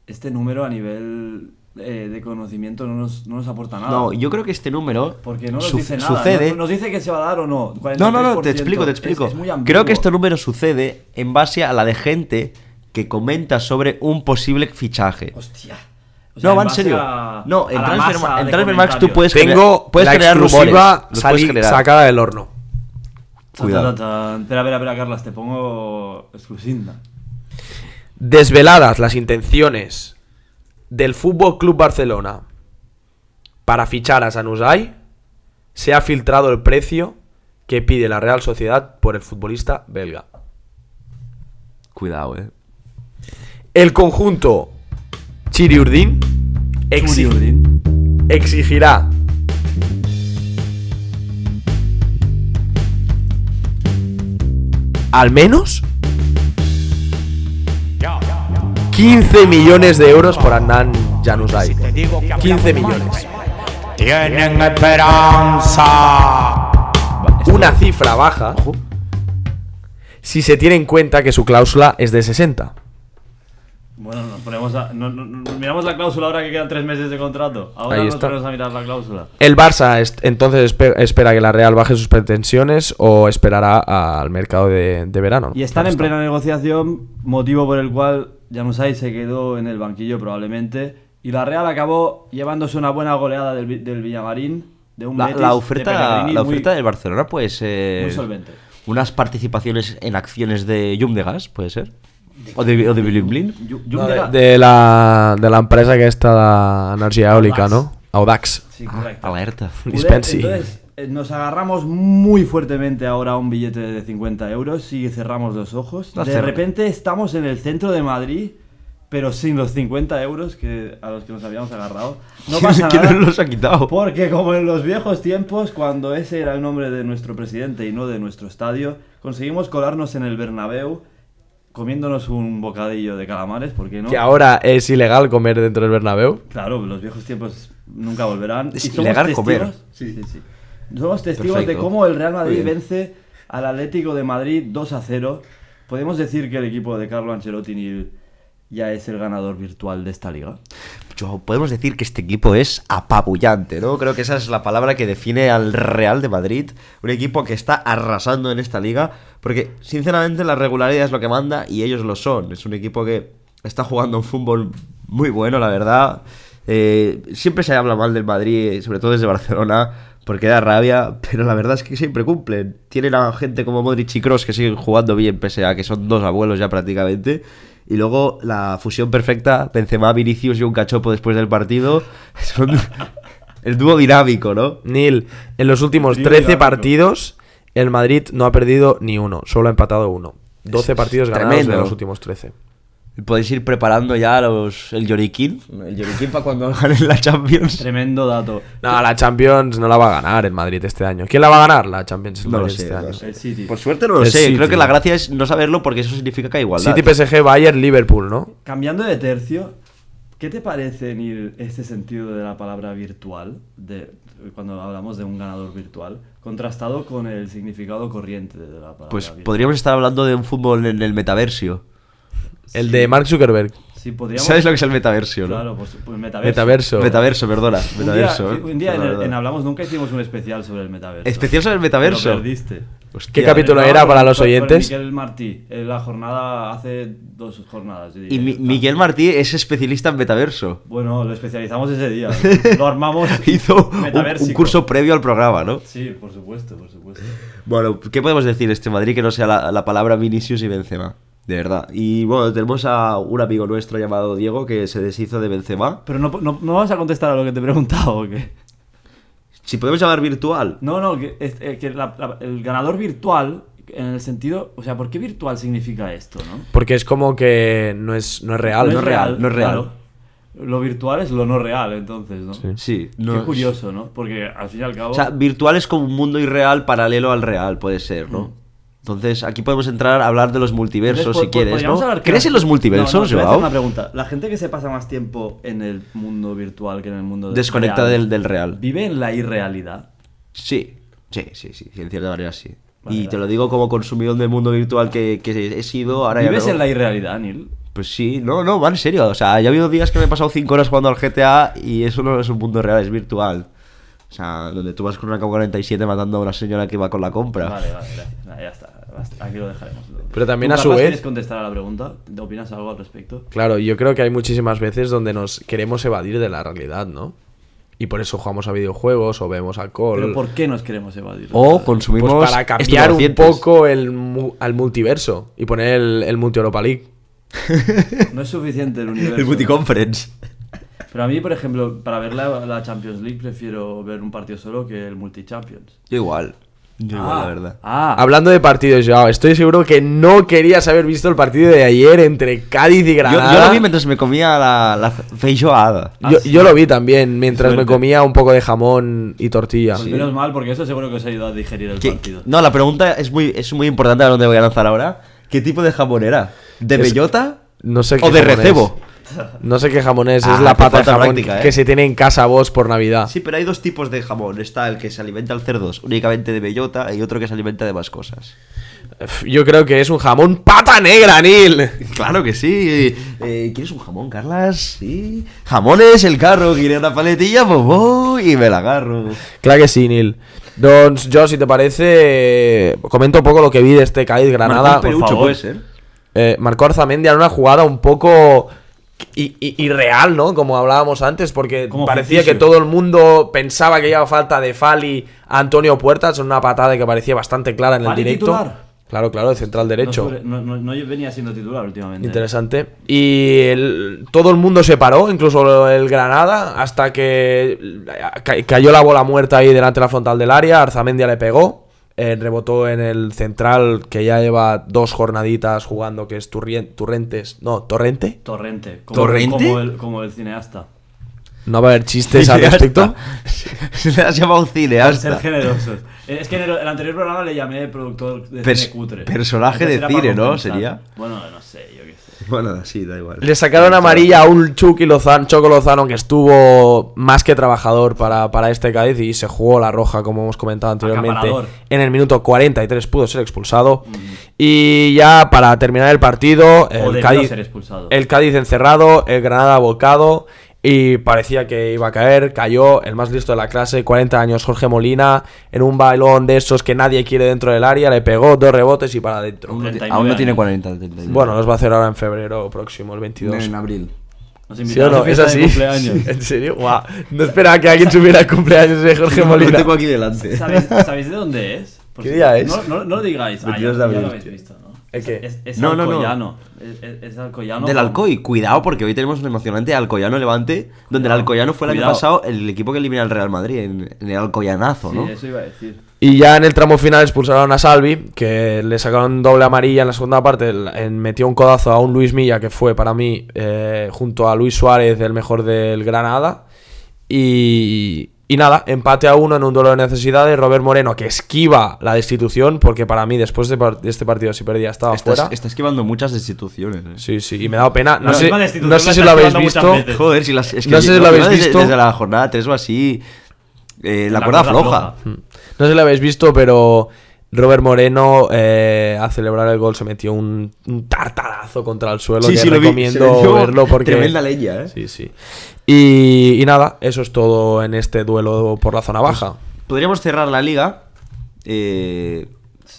[SPEAKER 2] este número a nivel eh, de conocimiento no nos, no nos aporta nada.
[SPEAKER 3] No, yo creo que este número
[SPEAKER 2] Ah. Porque no nos
[SPEAKER 3] su-
[SPEAKER 2] dice nada.
[SPEAKER 3] sucede.
[SPEAKER 2] No- nos dice que se va a dar o no.
[SPEAKER 3] No, no, no,
[SPEAKER 2] 43%.
[SPEAKER 3] te explico, te
[SPEAKER 2] Es-
[SPEAKER 3] explico.
[SPEAKER 2] es muy ambiguo.
[SPEAKER 3] Creo que este número sucede en base a la de gente que comenta sobre un posible fichaje.
[SPEAKER 2] Hostia. O sea,
[SPEAKER 3] no, va en
[SPEAKER 2] base
[SPEAKER 3] serio.
[SPEAKER 2] a-
[SPEAKER 3] no, en
[SPEAKER 2] a la
[SPEAKER 3] Transfer,
[SPEAKER 2] masa
[SPEAKER 3] en
[SPEAKER 2] de
[SPEAKER 3] Transfer Max tú
[SPEAKER 2] comentarios.
[SPEAKER 3] puedes
[SPEAKER 5] Tengo
[SPEAKER 3] crear, puedes
[SPEAKER 5] la
[SPEAKER 3] crear
[SPEAKER 5] exclusiva
[SPEAKER 3] rumores. los
[SPEAKER 5] sali-
[SPEAKER 3] puedes crear.
[SPEAKER 5] sacada del horno.
[SPEAKER 2] Tan,
[SPEAKER 3] Cuidado.
[SPEAKER 2] tan, tan. Espera, espera, espera, Carlas, te pongo exclusinda.
[SPEAKER 5] Desveladas las intenciones del Fútbol Club Barcelona para fichar a Sanusay, se ha filtrado el precio que pide la Real Sociedad por el futbolista belga.
[SPEAKER 3] Cuidado, eh.
[SPEAKER 5] El conjunto Chiriurdín exi-
[SPEAKER 2] Urdin.
[SPEAKER 5] exigirá al menos 15 millones de euros por Adnan Januzaj. 15 millones.
[SPEAKER 1] Tienen esperanza.
[SPEAKER 5] Una cifra baja si se tiene en cuenta que su cláusula es de 60.
[SPEAKER 2] Bueno, nos ponemos a. no- no- no- miramos la cláusula ahora que quedan tres meses de contrato. Ahora
[SPEAKER 5] Ahí
[SPEAKER 2] nos
[SPEAKER 5] está.
[SPEAKER 2] ponemos a mirar la cláusula.
[SPEAKER 5] ¿El Barça est- entonces espe- espera que la Real baje sus pretensiones o esperará al mercado de, de verano?
[SPEAKER 2] Y están
[SPEAKER 5] Ahí
[SPEAKER 2] en
[SPEAKER 5] está.
[SPEAKER 2] plena negociación, motivo por el cual Januzaj se quedó en el banquillo probablemente. Y la Real acabó llevándose una buena goleada del, Vi- del Villamarín. De un
[SPEAKER 3] La,
[SPEAKER 2] Betis,
[SPEAKER 3] la
[SPEAKER 2] de
[SPEAKER 3] oferta,
[SPEAKER 2] Pellegrini,
[SPEAKER 3] la
[SPEAKER 2] muy-
[SPEAKER 3] oferta del Barcelona puede ser.
[SPEAKER 2] muy solvente.
[SPEAKER 3] Unas participaciones en acciones de Yum de Gas, puede ser. O de, Ah, o de Blin Blin.
[SPEAKER 2] Yu-
[SPEAKER 5] No,
[SPEAKER 2] Junquera-
[SPEAKER 5] de, de la, de la empresa que está de energía eólica, ¿no? Audax.
[SPEAKER 2] Sí,
[SPEAKER 3] Ah,
[SPEAKER 2] correcto. Pues
[SPEAKER 3] alerta.
[SPEAKER 2] Jude,
[SPEAKER 3] [LAUGHS]
[SPEAKER 5] Dispensi.
[SPEAKER 2] Entonces, eh, nos agarramos muy fuertemente ahora a un billete de 50 euros y cerramos los ojos.
[SPEAKER 3] No
[SPEAKER 2] de
[SPEAKER 3] cerra-
[SPEAKER 2] repente estamos en el centro de Madrid, pero sin los 50 euros que, a los que nos habíamos agarrado.
[SPEAKER 3] [LAUGHS]
[SPEAKER 2] No pasa
[SPEAKER 3] ¿Quién
[SPEAKER 2] nada. Pues
[SPEAKER 3] nos los ha quitado?
[SPEAKER 2] Porque como en los viejos tiempos, cuando ese era el nombre de nuestro presidente y no de nuestro estadio, conseguimos colarnos en el Bernabéu comiéndonos un bocadillo de calamares, ¿por qué no?
[SPEAKER 5] Que ahora es ilegal comer dentro del Bernabéu.
[SPEAKER 2] Claro, los viejos tiempos nunca volverán.
[SPEAKER 3] Es ilegal comer.
[SPEAKER 2] Sí, sí, sí. Somos testigos de
[SPEAKER 3] Perfecto.
[SPEAKER 2] cómo el Real
[SPEAKER 3] Muy
[SPEAKER 2] Madrid
[SPEAKER 3] bien.
[SPEAKER 2] vence al Atlético de Madrid 2 a 0. Podemos decir que el equipo de Carlo Ancelotti ni- ya es el ganador virtual de esta liga.
[SPEAKER 3] Yo- podemos decir que este equipo es apabullante, ¿no? Creo que esa es la palabra que define al Real de Madrid, un equipo que está arrasando en esta liga, porque sinceramente la regularidad es lo que manda y ellos lo son. Es un equipo que está jugando un fútbol muy bueno, la verdad. Eh, siempre se habla mal del Madrid, eh, sobre todo desde Barcelona, porque da rabia, pero la verdad es que siempre cumplen. Tienen a gente como Modric y Kroos que siguen jugando bien, pese a que son dos abuelos ya prácticamente. Y luego la fusión perfecta, Benzema, Vinicius y un cachopo después del partido. [LAUGHS] Son el dúo dinámico, ¿no?
[SPEAKER 5] Neil, en los últimos
[SPEAKER 2] Trío
[SPEAKER 5] 13
[SPEAKER 2] dinámico.
[SPEAKER 5] partidos, el Madrid no ha perdido ni uno, solo ha empatado uno. 12
[SPEAKER 3] Es
[SPEAKER 5] partidos ganados
[SPEAKER 3] tremendo.
[SPEAKER 5] de los últimos 13.
[SPEAKER 3] Podéis ir preparando ya los, el Lloriquín. El Lloriquín para
[SPEAKER 5] [LAUGHS]
[SPEAKER 3] cuando ganen la Champions.
[SPEAKER 2] Tremendo dato.
[SPEAKER 5] No, la Champions no la va a ganar el Madrid este año. ¿Quién la va a ganar? La Champions el
[SPEAKER 3] No lo
[SPEAKER 5] Madrid
[SPEAKER 3] sé,
[SPEAKER 5] este
[SPEAKER 3] no
[SPEAKER 5] año.
[SPEAKER 3] lo sé.
[SPEAKER 2] El City.
[SPEAKER 3] Por suerte no lo
[SPEAKER 5] El
[SPEAKER 3] sé.
[SPEAKER 5] City.
[SPEAKER 3] Creo que la gracia es no saberlo porque eso significa que hay igualdad.
[SPEAKER 5] City, PSG, Bayern, Liverpool, ¿no?
[SPEAKER 2] Cambiando de tercio, ¿qué te parece, Nil, este sentido de la palabra virtual, de, cuando hablamos de un ganador virtual, contrastado con el significado corriente de la palabra
[SPEAKER 3] Pues
[SPEAKER 2] virtual?
[SPEAKER 3] podríamos estar hablando de un fútbol en el metaversio.
[SPEAKER 5] El de Mark Zuckerberg.
[SPEAKER 2] Sí, podríamos...
[SPEAKER 3] ¿Sabes lo que es el metaversio, no?
[SPEAKER 2] Claro, pues, pues metaverso.
[SPEAKER 5] Metaverso.
[SPEAKER 3] Metaverso, perdona.
[SPEAKER 2] Un día,
[SPEAKER 3] Metaverso. ¿eh?
[SPEAKER 2] un día en,
[SPEAKER 3] Perdona,
[SPEAKER 2] el- en
[SPEAKER 3] perdona.
[SPEAKER 2] Hablamos Nunca hicimos un especial sobre el metaverso.
[SPEAKER 3] ¿Especial sobre el
[SPEAKER 2] Te lo
[SPEAKER 3] metaverso?
[SPEAKER 2] perdiste.
[SPEAKER 3] Hostia, eh.
[SPEAKER 5] ¿Qué capítulo
[SPEAKER 2] Hablamos
[SPEAKER 5] era para
[SPEAKER 2] con-
[SPEAKER 5] los
[SPEAKER 2] con
[SPEAKER 5] oyentes?
[SPEAKER 2] Miquel Martí, en la jornada hace dos jornadas. yo diría.
[SPEAKER 3] Y Mi- Miguel Martí es especialista en metaverso. [LAUGHS]
[SPEAKER 2] Bueno, lo especializamos ese día. Lo armamos.
[SPEAKER 3] Hizo un- un,
[SPEAKER 2] metaversico.
[SPEAKER 3] curso previo al programa, ¿no?
[SPEAKER 2] Sí, por supuesto, por supuesto.
[SPEAKER 3] Bueno, ¿qué podemos decir este Madrid que no sea la, la palabra Vinicius y Benzema? De verdad. Y bueno, tenemos a un amigo nuestro llamado Diego que se deshizo de Benzema.
[SPEAKER 2] Pero no, no, no vas a contestar a lo que te he preguntado, ¿o qué?
[SPEAKER 3] Si podemos llamar virtual.
[SPEAKER 2] No, no, que, es- eh, que la- la- el ganador virtual, en el sentido. O sea, ¿por qué virtual significa esto, no?
[SPEAKER 5] Porque es como que no es, no es real.
[SPEAKER 3] No es real, no es real.
[SPEAKER 2] claro. Lo virtual es lo no real, entonces, ¿no?
[SPEAKER 3] Sí.
[SPEAKER 2] Qué
[SPEAKER 3] no-
[SPEAKER 2] curioso, ¿no? Porque al fin y al cabo.
[SPEAKER 3] O sea, virtual es como un mundo irreal paralelo al real, puede ser, ¿no? Entonces, aquí podemos entrar a hablar de los multiversos
[SPEAKER 2] Mm. Entonces, po-
[SPEAKER 3] si
[SPEAKER 2] po-
[SPEAKER 3] quieres,
[SPEAKER 2] podríamos
[SPEAKER 3] ¿no?
[SPEAKER 2] hablar que
[SPEAKER 3] ¿Crees
[SPEAKER 2] la-
[SPEAKER 3] en los
[SPEAKER 2] No, no,
[SPEAKER 3] multiversos,
[SPEAKER 2] te voy a hacer
[SPEAKER 3] Joao?
[SPEAKER 2] una pregunta. La gente que se pasa más tiempo en el mundo virtual que en el mundo de-
[SPEAKER 3] Desconecta
[SPEAKER 2] real,
[SPEAKER 3] del, del real.
[SPEAKER 2] ¿Vive en la irrealidad?
[SPEAKER 3] Sí, sí, sí, sí, en cierta manera sí.
[SPEAKER 2] Vale,
[SPEAKER 3] y
[SPEAKER 2] vale.
[SPEAKER 3] te lo digo como consumidor del mundo virtual que, que he sido, ahora ya
[SPEAKER 2] ¿Vives
[SPEAKER 3] no.
[SPEAKER 2] en la irrealidad, Neil?
[SPEAKER 3] Pues sí, no, no, va en serio. O sea, ya ha habido días que me he pasado 5 horas jugando al GTA y eso no es un mundo real, es virtual. O sea, donde tú vas con una K47 matando a una señora que va con la compra.
[SPEAKER 2] Vale, vale, gracias. Nada, ya está. Basta. Aquí lo dejaremos.
[SPEAKER 5] Pero también
[SPEAKER 2] ¿Tú,
[SPEAKER 5] a su
[SPEAKER 2] capaz,
[SPEAKER 5] vez-
[SPEAKER 2] ¿Quieres contestar a la pregunta? ¿Te opinas algo al respecto?
[SPEAKER 5] Claro, yo creo que hay muchísimas veces donde nos queremos evadir de la realidad, ¿no? Y por eso jugamos a videojuegos o vemos alcohol.
[SPEAKER 2] ¿Pero por qué nos queremos evadir?
[SPEAKER 3] O consumimos.
[SPEAKER 5] Pues para cambiar un
[SPEAKER 3] estupefacientes.
[SPEAKER 5] poco el, mu- al multiverso y poner el, el multi Europa League.
[SPEAKER 3] [LAUGHS]
[SPEAKER 2] No es suficiente el universo.
[SPEAKER 3] El multiconference.
[SPEAKER 2] Pero a mí, por ejemplo, para ver la, la Champions League prefiero ver un partido solo que el Multi-Champions.
[SPEAKER 3] Yo igual. Yo igual, la
[SPEAKER 2] Ah,
[SPEAKER 3] verdad.
[SPEAKER 2] Ah,
[SPEAKER 5] Hablando de partidos, Joao, estoy seguro que no querías haber visto el partido de ayer entre Cádiz y
[SPEAKER 3] Yo,
[SPEAKER 5] Granada.
[SPEAKER 3] yo lo vi mientras me comía la, la feijoada.
[SPEAKER 2] Ah,
[SPEAKER 5] Yo-
[SPEAKER 2] sí.
[SPEAKER 5] yo lo vi también mientras me
[SPEAKER 2] Suerte.
[SPEAKER 5] comía un poco de jamón y tortilla.
[SPEAKER 2] pues menos mal, porque eso seguro que os ayuda a digerir el
[SPEAKER 3] Que-
[SPEAKER 2] partido.
[SPEAKER 3] No, la pregunta es muy, es muy importante a donde voy a lanzar ahora. ¿Qué tipo de jamón era? ¿De
[SPEAKER 5] Es-
[SPEAKER 3] bellota?
[SPEAKER 5] No sé qué
[SPEAKER 3] ¿O de
[SPEAKER 5] jamón es.
[SPEAKER 3] recebo?
[SPEAKER 5] No sé qué jamón es,
[SPEAKER 3] Ah,
[SPEAKER 5] es la
[SPEAKER 3] te
[SPEAKER 5] pata de
[SPEAKER 3] falta
[SPEAKER 5] jamón
[SPEAKER 3] práctica, ¿eh?
[SPEAKER 5] que se tiene en casa vos por Navidad.
[SPEAKER 3] Sí, pero hay dos tipos de jamón. Está el que se alimenta al cerdo únicamente de bellota y otro que se alimenta de más cosas.
[SPEAKER 5] Uf, Yo creo que es un jamón pata negra, Neil.
[SPEAKER 3] Claro que sí. Eh, ¿Quieres un jamón, Carlas? Sí. Jamones, el carro, quiere una paletilla, pues voy y me la agarro.
[SPEAKER 5] [LAUGHS] Claro que sí, Neil. Doncs jo, si te parece, eh, comento un poco lo que vi de este Cádiz Granada.
[SPEAKER 3] Marcón Perucho,
[SPEAKER 2] favor.
[SPEAKER 3] puede ser.
[SPEAKER 5] Eh, Marcó Arzamendi en una jugada un poco i- i- irreal, ¿no? Como hablábamos antes, porque
[SPEAKER 2] Como
[SPEAKER 5] parecía
[SPEAKER 2] ficticio.
[SPEAKER 5] que todo el mundo pensaba que iba falta de Fali a Antonio Puertas en una patada que parecía bastante clara en el
[SPEAKER 2] Fali
[SPEAKER 5] directo.
[SPEAKER 2] titular.
[SPEAKER 5] Claro, claro, de central
[SPEAKER 2] No
[SPEAKER 5] derecho.
[SPEAKER 2] sobre- No, no- no venía siendo titular últimamente.
[SPEAKER 5] Interesante. Y el- todo el mundo se paró, incluso el Granada, hasta que ca- cayó la bola muerta ahí delante de la frontal del área. Arzamendia le pegó, eh, rebotó en el central que ya lleva dos jornaditas jugando, que es Turrien- Turrentes. No, Torrente.
[SPEAKER 2] Torrente. Como,
[SPEAKER 3] ¿Torrente?
[SPEAKER 2] Como el, como el cineasta.
[SPEAKER 5] No va a haber chistes [LAUGHS] al respecto.
[SPEAKER 3] Se [LAUGHS] le has llamado
[SPEAKER 2] Ser
[SPEAKER 3] cineasta.
[SPEAKER 2] generosos. Eh, Es que en el, el anterior programa le llamé productor de
[SPEAKER 3] Pers-
[SPEAKER 2] cine cutre.
[SPEAKER 3] personaje de
[SPEAKER 2] era para
[SPEAKER 3] cine, ¿no?
[SPEAKER 2] compensar.
[SPEAKER 3] Sería.
[SPEAKER 2] Bueno, no sé, yo qué sé.
[SPEAKER 3] Bueno, sí, da igual.
[SPEAKER 5] Le sacaron amarilla a un Chucky Lozano, Choco Lozano, que estuvo más que trabajador para, para este Cádiz y se jugó la roja, como hemos comentado anteriormente.
[SPEAKER 2] Acaparador. Mm.
[SPEAKER 5] En el minuto 43 pudo ser expulsado. Y ya para terminar el partido, el
[SPEAKER 2] debió
[SPEAKER 5] Cádiz,
[SPEAKER 2] ser expulsado.
[SPEAKER 5] el Cádiz encerrado, el Granada volcado. Y parecía que iba a caer, cayó el más listo de la clase, 40 años, Jorge Molina, en un bailón de esos que nadie quiere dentro del área, le pegó dos rebotes y para adentro.
[SPEAKER 2] 39
[SPEAKER 3] Aún no tiene
[SPEAKER 2] años.
[SPEAKER 3] 40. el 39.
[SPEAKER 5] Bueno, los va a hacer ahora en febrero próximo, el 22.
[SPEAKER 4] En abril.
[SPEAKER 2] Nos
[SPEAKER 5] ¿Sí o
[SPEAKER 2] invitaron a
[SPEAKER 5] no?
[SPEAKER 2] su
[SPEAKER 5] ¿Es
[SPEAKER 2] fiesta de
[SPEAKER 5] así?
[SPEAKER 2] cumpleaños.
[SPEAKER 5] [LAUGHS] ¿En serio? Guau. No esperaba que alguien subiera el cumpleaños de Jorge
[SPEAKER 3] Lo
[SPEAKER 5] Molina.
[SPEAKER 3] tengo
[SPEAKER 2] [LAUGHS]
[SPEAKER 3] aquí delante.
[SPEAKER 2] ¿Sabéis, sabéis de dónde es? Por
[SPEAKER 5] ¿Qué
[SPEAKER 2] si-
[SPEAKER 5] día es?
[SPEAKER 2] No, no, no lo digáis. Ah, ya-
[SPEAKER 3] 22 de
[SPEAKER 2] ya,
[SPEAKER 3] abril.
[SPEAKER 2] lo habéis visto, ¿no?
[SPEAKER 5] ¿El qué?
[SPEAKER 2] Es, es
[SPEAKER 3] No, no, no.
[SPEAKER 2] alcoyano. Es, es- es alcoyano.
[SPEAKER 3] Del
[SPEAKER 2] con-
[SPEAKER 3] Alcoy, cuidado porque hoy tenemos un emocionante Alcoyano Levante, donde el Alcoyano fue el año
[SPEAKER 2] Cuidado.
[SPEAKER 3] pasado el equipo que elimina al Real Madrid, en, en el Alcoyanazo,
[SPEAKER 2] Sí,
[SPEAKER 3] ¿no?
[SPEAKER 2] eso iba a decir.
[SPEAKER 5] Y ya en el tramo final expulsaron a Salvi, que le sacaron doble amarilla en la segunda parte. el- en- metió un codazo a un Luis Milla, que fue para mí, eh, junto a Luis Suárez, el mejor del Granada. Y, y nada, empate a uno en un duelo de necesidades. Robert Moreno, que esquiva la destitución, porque para mí, después de, par- de este partido, si perdía, estaba
[SPEAKER 3] Está,
[SPEAKER 5] fuera.
[SPEAKER 3] está esquivando muchas destituciones. eh.
[SPEAKER 5] Sí, sí, y me ha dado pena. No,
[SPEAKER 2] La
[SPEAKER 5] sé,
[SPEAKER 2] misma destitución
[SPEAKER 5] no sé
[SPEAKER 2] la
[SPEAKER 5] si
[SPEAKER 2] está
[SPEAKER 5] lo habéis
[SPEAKER 2] esquivando muchas
[SPEAKER 5] visto.
[SPEAKER 2] veces.
[SPEAKER 3] Joder, si las es que
[SPEAKER 5] No sé si lo habéis
[SPEAKER 3] desde-
[SPEAKER 5] visto.
[SPEAKER 3] Desde la jornada 3 o así, eh, la, cuerda, floja.
[SPEAKER 5] No sé si lo habéis visto, pero Robert Moreno eh, a celebrar el gol se metió un, un tartarazo contra el suelo. que
[SPEAKER 3] lo vi,
[SPEAKER 5] recomiendo
[SPEAKER 3] se le dio
[SPEAKER 5] verlo porque.
[SPEAKER 3] Tremenda leña, ¿eh?
[SPEAKER 5] Sí, sí. Y, y nada, eso es todo en este duelo por la zona
[SPEAKER 3] Pues,
[SPEAKER 5] baja.
[SPEAKER 3] Podríamos cerrar la liga eh,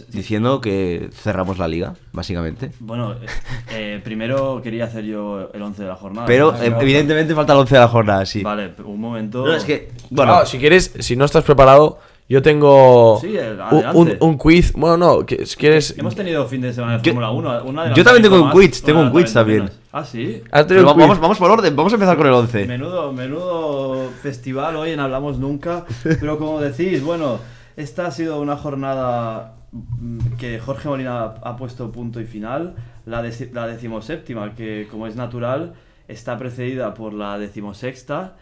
[SPEAKER 3] diciendo que cerramos la liga, básicamente.
[SPEAKER 2] Bueno, eh, eh, primero quería hacer yo el 11 de la jornada.
[SPEAKER 3] Pero
[SPEAKER 2] Ah,
[SPEAKER 3] eh,
[SPEAKER 2] claro.
[SPEAKER 3] evidentemente falta el 11 de la jornada, sí.
[SPEAKER 2] Vale, un momento.
[SPEAKER 3] No, es que, bueno,
[SPEAKER 5] Ah, si quieres, si no estás preparado, yo tengo
[SPEAKER 2] Sí,
[SPEAKER 3] eh,
[SPEAKER 2] el-
[SPEAKER 5] un, un-
[SPEAKER 2] adelante.
[SPEAKER 5] un quiz. Bueno, no, que- si quieres.
[SPEAKER 2] Hemos tenido fin de semana de
[SPEAKER 3] Yo-
[SPEAKER 2] Fórmula 1. una
[SPEAKER 3] yo también tengo un
[SPEAKER 2] adelantamiento
[SPEAKER 3] quiz,
[SPEAKER 2] más,
[SPEAKER 3] tengo un quiz
[SPEAKER 2] adelantamiento
[SPEAKER 3] también.
[SPEAKER 2] menos. Ah, sí.
[SPEAKER 5] ¿Has tenido
[SPEAKER 3] pero
[SPEAKER 5] un
[SPEAKER 3] va-
[SPEAKER 5] quiz?
[SPEAKER 3] vamos, vamos por orden, vamos a empezar con el 11.
[SPEAKER 2] Menudo, menudo festival hoy en Hablamos Nunca. Pero como decís, bueno, esta ha sido una jornada mm, que Jorge Molina ha- ha puesto punto y final. La, deci- la decimoséptima, que como es natural, está precedida por la decimosexta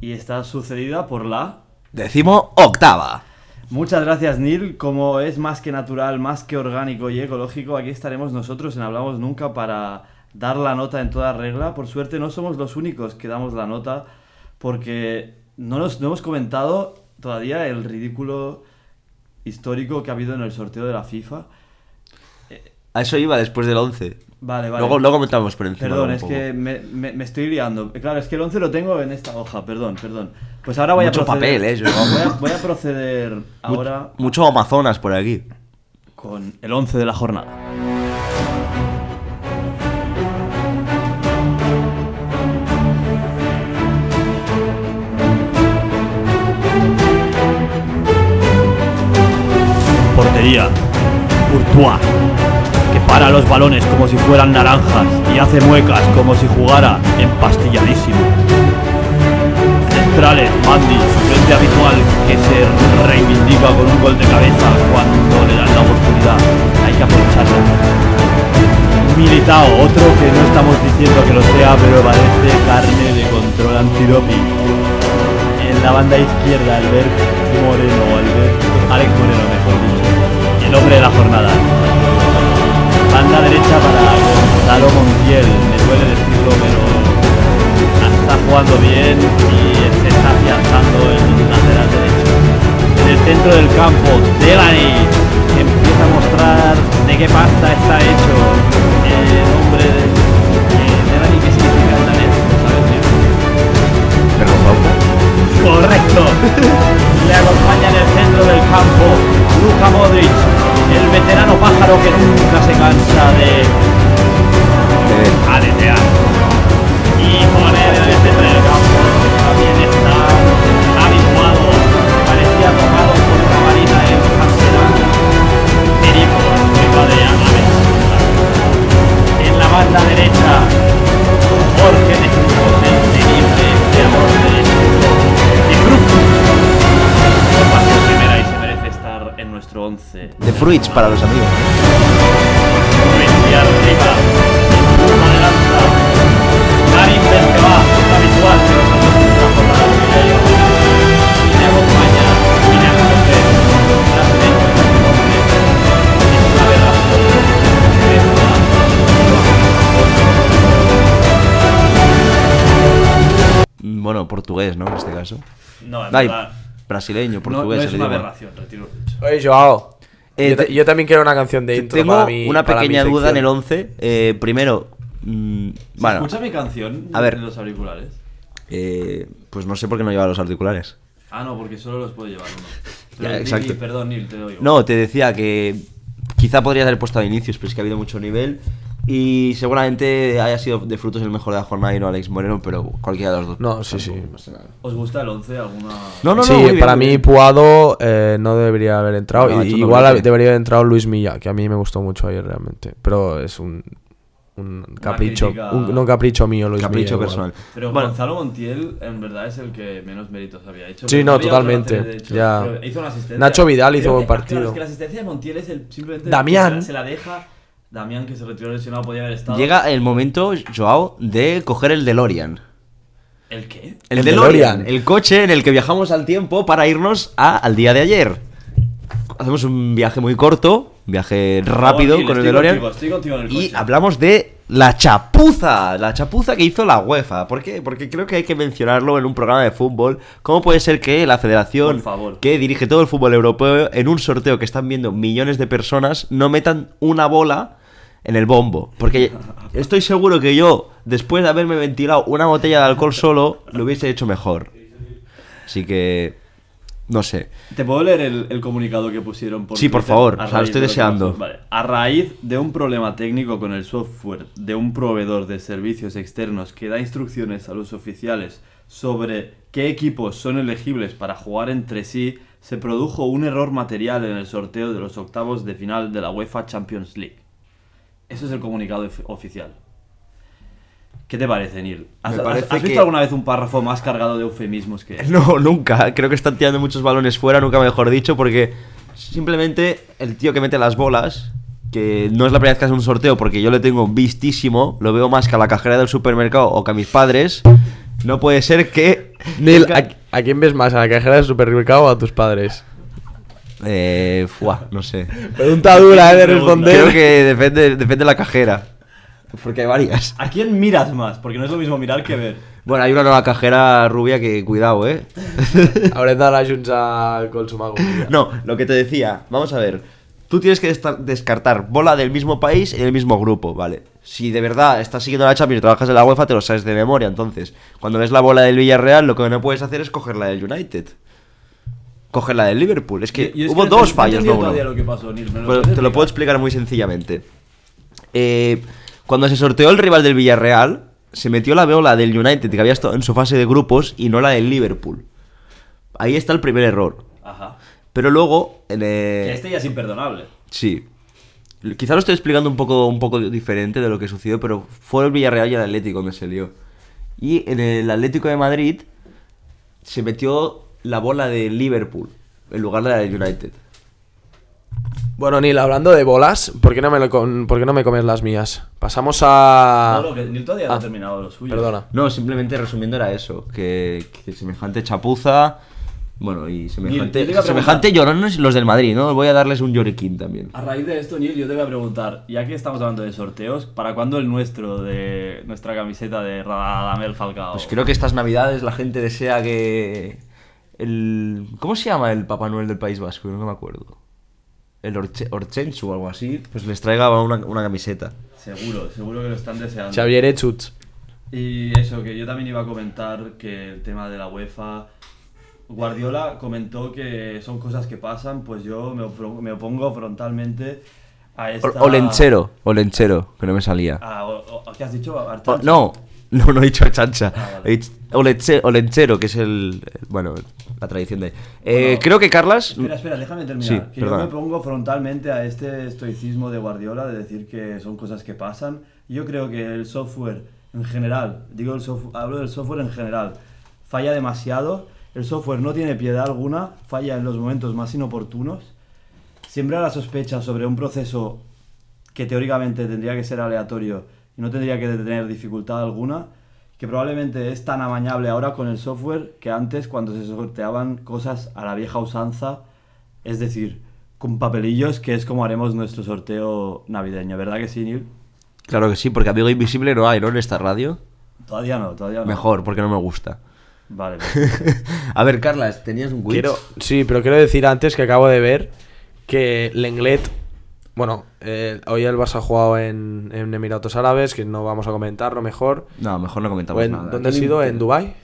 [SPEAKER 2] y está sucedida por la...
[SPEAKER 3] Decimo octava.
[SPEAKER 2] Muchas gracias, Neil. Como es más que natural, más que orgánico y ecológico, aquí estaremos nosotros en Hablamos Nunca para dar la nota en toda regla. Por suerte, no somos los únicos que damos la nota, porque no, nos, no hemos comentado todavía el ridículo histórico que ha habido en el sorteo de la FIFA.
[SPEAKER 3] A eso iba después del 11.
[SPEAKER 2] Vale, vale.
[SPEAKER 3] Luego, luego comentamos por encima.
[SPEAKER 2] Perdón,
[SPEAKER 3] un
[SPEAKER 2] es
[SPEAKER 3] poco.
[SPEAKER 2] que me, me- me estoy liando. Claro, es que el 11 lo tengo en esta hoja, perdón, perdón. Pues ahora voy
[SPEAKER 3] Mucho
[SPEAKER 2] a proceder.
[SPEAKER 3] papel, eh, yo.
[SPEAKER 2] Voy a, voy a proceder
[SPEAKER 3] Mu-
[SPEAKER 2] ahora
[SPEAKER 3] Mucho Amazonas por aquí.
[SPEAKER 2] con el 11 de la jornada. Portería. Courtois, que para los balones como si fueran naranjas y hace muecas como si jugara empastilladísimo. Centrales, Mandy, su gente habitual que se reivindica con un gol de cabeza cuando le dan la oportunidad. Hay que aprovecharla. Militao, otro que no estamos diciendo que lo sea, pero parece carne de control antidoping. En la banda izquierda, Albert Moreno, Albert, Alex Moreno, mejor dicho. El hombre de la jornada. Banda derecha para Gonzalo Montiel, me duele decirlo, pero está jugando bien y se está afianzando en lateral derecho. En el centro del campo, Delany, que empieza a mostrar de qué pasta está hecho el hombre de eh, Delany, que significa danés, ¿sabes? Correcto. Le acompaña en el centro del campo Luka Modric, el veterano pájaro que nunca se cansa de
[SPEAKER 3] Eh,
[SPEAKER 2] aletear. Y poner en el centro del campo también está habituado, parecía tocado por una varita en Amsterdam. Perico, cerca de Aves. En la banda derecha, Jorge de Cruz, el tenible de amor de- de Cruz. Pase en primera y se merece este estar en nuestro 11.
[SPEAKER 3] de Fruits para los amigos.
[SPEAKER 2] Provincial arriba, Puma adelanta, Karim Benzema, habitual de los asuntos de la jornada que ya lleva una. y le acompaña Milan López, las mentes de los hombres, es una aberración, es una
[SPEAKER 3] Mm, Bueno, portugués, ¿no? En este caso.
[SPEAKER 2] No, en
[SPEAKER 3] Ay,
[SPEAKER 2] verdad,
[SPEAKER 3] brasileño,
[SPEAKER 2] no, no
[SPEAKER 3] portugués.
[SPEAKER 2] es
[SPEAKER 3] el
[SPEAKER 2] una
[SPEAKER 3] idioma.
[SPEAKER 2] aberración, retiro lo dicho.
[SPEAKER 5] Oye, Joao.
[SPEAKER 3] Eh,
[SPEAKER 5] yo, ta-
[SPEAKER 3] te-
[SPEAKER 5] yo también quiero una canción de
[SPEAKER 3] Te-
[SPEAKER 5] intro.
[SPEAKER 3] Tengo
[SPEAKER 5] para mi-
[SPEAKER 3] una
[SPEAKER 5] para mi
[SPEAKER 3] pequeña duda en
[SPEAKER 5] sección.
[SPEAKER 3] el 11. Eh, primero, mm, bueno,
[SPEAKER 2] ¿Escucha mi canción
[SPEAKER 3] A ver.
[SPEAKER 2] en los auriculares?
[SPEAKER 3] eh, pues no sé por qué no lleva los auriculares.
[SPEAKER 2] Ah, no, porque solo los puedo llevar uno.
[SPEAKER 3] Ya,
[SPEAKER 2] Pero, Lili,
[SPEAKER 3] exacto.
[SPEAKER 2] perdón, Nil, te oigo.
[SPEAKER 3] No, te decía que quizá podrías haber puesto a inicios, pero es que ha habido mucho nivel. Y seguramente haya sido de frutos el mejor de la jornada y no Alex Moreno, pero cualquiera de los dos.
[SPEAKER 5] No, sí, sí.
[SPEAKER 2] ¿Os gusta el 11? ¿Alguna...?
[SPEAKER 3] No, no, no,
[SPEAKER 5] sí,
[SPEAKER 3] muy bien,
[SPEAKER 5] para
[SPEAKER 3] muy
[SPEAKER 5] mí
[SPEAKER 3] bien.
[SPEAKER 5] Puado eh, no debería haber entrado.
[SPEAKER 3] No,
[SPEAKER 5] y-
[SPEAKER 3] Chuto
[SPEAKER 5] igual
[SPEAKER 3] Brete.
[SPEAKER 5] debería haber entrado Luis Milla, que a mí me gustó mucho ayer realmente. Pero es un, un capricho.
[SPEAKER 2] crítica-
[SPEAKER 5] Un, no un capricho mío, Luis
[SPEAKER 3] Capricho
[SPEAKER 5] Milla, pues, igual.
[SPEAKER 3] personal.
[SPEAKER 2] Pero
[SPEAKER 3] Bueno,
[SPEAKER 2] Gonzalo Montiel en verdad es el que menos méritos había hecho.
[SPEAKER 5] Sí,
[SPEAKER 2] Pero
[SPEAKER 5] no,
[SPEAKER 2] había otro
[SPEAKER 5] totalmente.
[SPEAKER 2] lateral derecho.
[SPEAKER 5] Ya.
[SPEAKER 2] Pero hizo una asistencia.
[SPEAKER 5] Nacho Vidal
[SPEAKER 2] Creo
[SPEAKER 5] hizo buen
[SPEAKER 2] que- ah,
[SPEAKER 5] partido.
[SPEAKER 2] claro, es que la asistencia de Montiel es el simplemente.
[SPEAKER 5] Damián.
[SPEAKER 2] Se la deja. Damián, que se retiró lesionado, podía haber estado.
[SPEAKER 3] llega el momento, Joao, de coger el DeLorean.
[SPEAKER 2] ¿El qué?
[SPEAKER 3] El,
[SPEAKER 5] El
[SPEAKER 3] DeLorean,
[SPEAKER 5] DeLorean.
[SPEAKER 3] el coche en el que viajamos al tiempo para irnos a- al día de ayer. Hacemos un viaje muy corto, un viaje rápido
[SPEAKER 2] Oh, Gil,
[SPEAKER 3] con el
[SPEAKER 2] estoy
[SPEAKER 3] DeLorean.
[SPEAKER 2] contigo, estoy contigo en el
[SPEAKER 3] y
[SPEAKER 2] coche.
[SPEAKER 3] hablamos de la chapuza, la chapuza que hizo la UEFA. ¿Por qué? Porque creo que hay que mencionarlo en un programa de fútbol. ¿Cómo puede ser que la federación
[SPEAKER 2] Por favor.
[SPEAKER 3] que dirige todo el fútbol europeo en un sorteo que están viendo millones de personas no metan una bola en el bombo?
[SPEAKER 2] [LAUGHS]
[SPEAKER 3] Porque estoy seguro que yo, después de haberme ventilado una botella de alcohol solo, lo hubiese hecho mejor. Así que... No sé.
[SPEAKER 2] ¿Te puedo leer el, el comunicado que pusieron por
[SPEAKER 3] Sí, por
[SPEAKER 2] Twitter?
[SPEAKER 3] favor,
[SPEAKER 2] A
[SPEAKER 3] o sea, lo
[SPEAKER 2] raíz
[SPEAKER 3] estoy
[SPEAKER 2] de que
[SPEAKER 3] deseando.
[SPEAKER 2] pasó. Vale. A raíz de un problema técnico con el software de un proveedor de servicios externos que da instrucciones a los oficiales sobre qué equipos son elegibles para jugar entre sí, se produjo un error material en el sorteo de los octavos de final de la UEFA Champions League. Eso es el comunicado of- oficial. ¿Qué te parece, Neil? ¿Has,
[SPEAKER 3] Me parece
[SPEAKER 2] has- has visto
[SPEAKER 3] que-
[SPEAKER 2] alguna vez un párrafo más cargado de eufemismos que...
[SPEAKER 3] [LAUGHS]
[SPEAKER 2] este?
[SPEAKER 3] No, nunca. Creo que están tirando muchos balones fuera, nunca mejor dicho, porque simplemente el tío que mete las bolas, que no es la primera vez que hace un sorteo, porque yo le tengo vistísimo, lo veo más que a la cajera del supermercado o que a mis padres, no puede ser que...
[SPEAKER 5] Neil,
[SPEAKER 3] nunca-
[SPEAKER 5] ¿a, a quién ves más? ¿A la cajera del supermercado o a tus padres?
[SPEAKER 3] Eh, fuá, no sé. [LAUGHS]
[SPEAKER 5] Pregunta dura, eh, de responder.
[SPEAKER 3] Creo que depende, depende de la cajera, porque hay varias.
[SPEAKER 2] ¿A quién miras más? Porque no es lo mismo mirar que ver.
[SPEAKER 3] Bueno, hay una nueva cajera rubia que cuidado, ¿eh? [LAUGHS]
[SPEAKER 5] Haurem d'anar junts al Colsumar algun dia.
[SPEAKER 3] No, lo que te decía, vamos a ver. Tú tienes que desta- descartar bola del mismo país en el mismo grupo, ¿vale? Si de verdad estás siguiendo la Champions y trabajas en la UEFA, te lo sabes de memoria. Entonces, cuando ves la bola del Villarreal, lo que no puedes hacer es coger la del United. Coger la del Liverpool. Es que hubo dos fallos, no uno.
[SPEAKER 2] lo que pasó, Nils, ¿me lo
[SPEAKER 3] Bueno,
[SPEAKER 2] puedes
[SPEAKER 3] te lo puedo
[SPEAKER 2] explicar?
[SPEAKER 3] explicar muy sencillamente. Eh, cuando se sorteó el rival del Villarreal, se metió la bola del United, que había estado en su fase de grupos, y no la del Liverpool. Ahí está el primer error.
[SPEAKER 2] Ajá.
[SPEAKER 3] Pero luego... En,
[SPEAKER 2] Que
[SPEAKER 3] eh,
[SPEAKER 2] Este ya es imperdonable.
[SPEAKER 3] Sí. L- Quizá lo estoy explicando un poco, un poco diferente de lo que sucedió, pero fue el Villarreal y el Atlético donde se lió. Y en el Atlético de Madrid se metió la bola de Liverpool en lugar de la del United.
[SPEAKER 5] Bueno, Nil, hablando de bolas, ¿por qué no me, lo con- por qué no me comes las mías? Pasamos a...
[SPEAKER 2] No, no, que Nil todavía no
[SPEAKER 5] Ah.
[SPEAKER 2] ha terminado lo suyo.
[SPEAKER 5] Perdona.
[SPEAKER 3] No, simplemente resumiendo era eso, que, que semejante chapuza, bueno, y
[SPEAKER 2] yo
[SPEAKER 3] semejante,
[SPEAKER 2] te iba a
[SPEAKER 3] semejante llorones los del Madrid, ¿no? Voy a darles un lloriquín también.
[SPEAKER 2] A raíz de esto, Nil, yo te voy a preguntar, ya que estamos hablando de sorteos, ¿para cuándo el nuestro de nuestra camiseta de Radamel Falcao?
[SPEAKER 3] Pues creo que estas navidades la gente desea que el... ¿Cómo se llama el Papá Noel del País Vasco? No me acuerdo. El Orche- Orchenchu o algo así, pues les traiga una, una camiseta.
[SPEAKER 2] Seguro, seguro que lo están deseando.
[SPEAKER 5] Xavier Echutz.
[SPEAKER 2] Y eso, que yo también iba a comentar que el tema de la UEFA. Guardiola comentó que son cosas que pasan, pues yo me, opro- me opongo frontalmente a esta.
[SPEAKER 3] O- Olenchero, Olenchero, que no me salía.
[SPEAKER 2] a- Ah, o- o- ¿Qué has dicho? A-
[SPEAKER 3] O-
[SPEAKER 2] Artacho.
[SPEAKER 3] Ah, no, no, no he dicho chancha.
[SPEAKER 2] Ah,
[SPEAKER 3] He
[SPEAKER 2] vale.
[SPEAKER 3] dicho Olenche- Olenchero, que es el... el- Bueno, la tradición de... ahí. Eh,
[SPEAKER 2] Bueno,
[SPEAKER 3] creo que Carlas...
[SPEAKER 2] Espera, espera, déjame terminar.
[SPEAKER 3] Sí,
[SPEAKER 2] que
[SPEAKER 3] perdona.
[SPEAKER 2] yo me opongo frontalmente a este estoicismo de Guardiola de decir que son cosas que pasan. Yo creo que el software en general, digo el software, hablo del software en general, falla demasiado. El software no tiene piedad alguna, falla en los momentos más inoportunos. Siembra la sospecha sobre un proceso que teóricamente tendría que ser aleatorio y no tendría que tener dificultad alguna, que probablemente es tan amañable ahora con el software que antes cuando se sorteaban cosas a la vieja usanza, es decir, con papelillos, que es como haremos nuestro sorteo navideño, ¿verdad que sí, Neil?
[SPEAKER 3] Claro que sí, porque Amigo Invisible no hay, ¿no? En esta radio.
[SPEAKER 2] Todavía no, todavía no.
[SPEAKER 3] Mejor, porque no me gusta. [LAUGHS]
[SPEAKER 2] Vale, pues,
[SPEAKER 3] A ver, Carlas, tenías un quiz.
[SPEAKER 5] Quiero, sí, pero quiero decir antes que acabo de ver que Lenglet. Bueno, eh, hoy el Barça ha jugado en, en Emiratos Árabes, que no vamos a comentarlo mejor.
[SPEAKER 3] No, mejor no comentamos
[SPEAKER 5] O en-
[SPEAKER 3] nada.
[SPEAKER 5] ¿Dónde ha sido? ¿En Dubai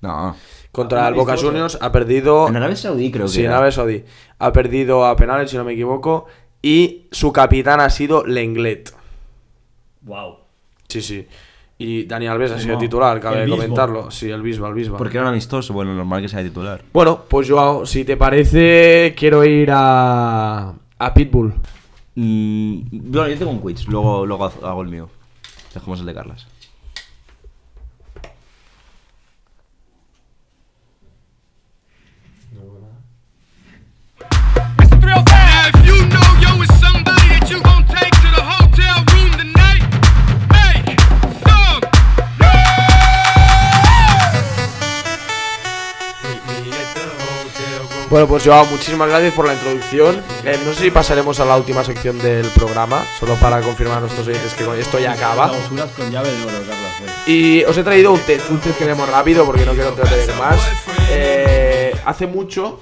[SPEAKER 3] No.
[SPEAKER 2] Ah,
[SPEAKER 5] Contra el Boca Juniors ha perdido.
[SPEAKER 3] Oh. En Arabia Saudí creo que
[SPEAKER 5] Sí, en
[SPEAKER 3] era.
[SPEAKER 5] Arabia Saudí. Ha perdido a penales, si no me equivoco. Y su capitán ha sido Lenglet.
[SPEAKER 2] wow.
[SPEAKER 5] Sí, sí. Y Dani Alves ha sido
[SPEAKER 2] No,
[SPEAKER 5] titular, cabe
[SPEAKER 2] el Bisbo.
[SPEAKER 5] comentarlo. Sí, el Bisbal, el Bisbal.
[SPEAKER 3] Porque era un amistoso, bueno, normal que sea de titular.
[SPEAKER 5] Bueno, pues yo, si te parece, quiero ir a, a Pitbull.
[SPEAKER 3] Mm, bueno, yo tengo un quiz, luego, luego haz- hago el mío. Dejamos el de Carlas.
[SPEAKER 6] Now, if you know yo is somebody that you gon' take to the hotel room tonight, make some
[SPEAKER 5] Bueno, pues Joao, muchísimas gracias por la introducción. Eh, no sé si pasaremos a la última sección del programa, solo para confirmar a nuestros oyentes que con esto ya acaba.
[SPEAKER 2] Clausuras con llave de oro, Carlos. pues.
[SPEAKER 5] Y os he traído un test, un test que haremos rápido porque no quiero entretener más. Eh, hace mucho,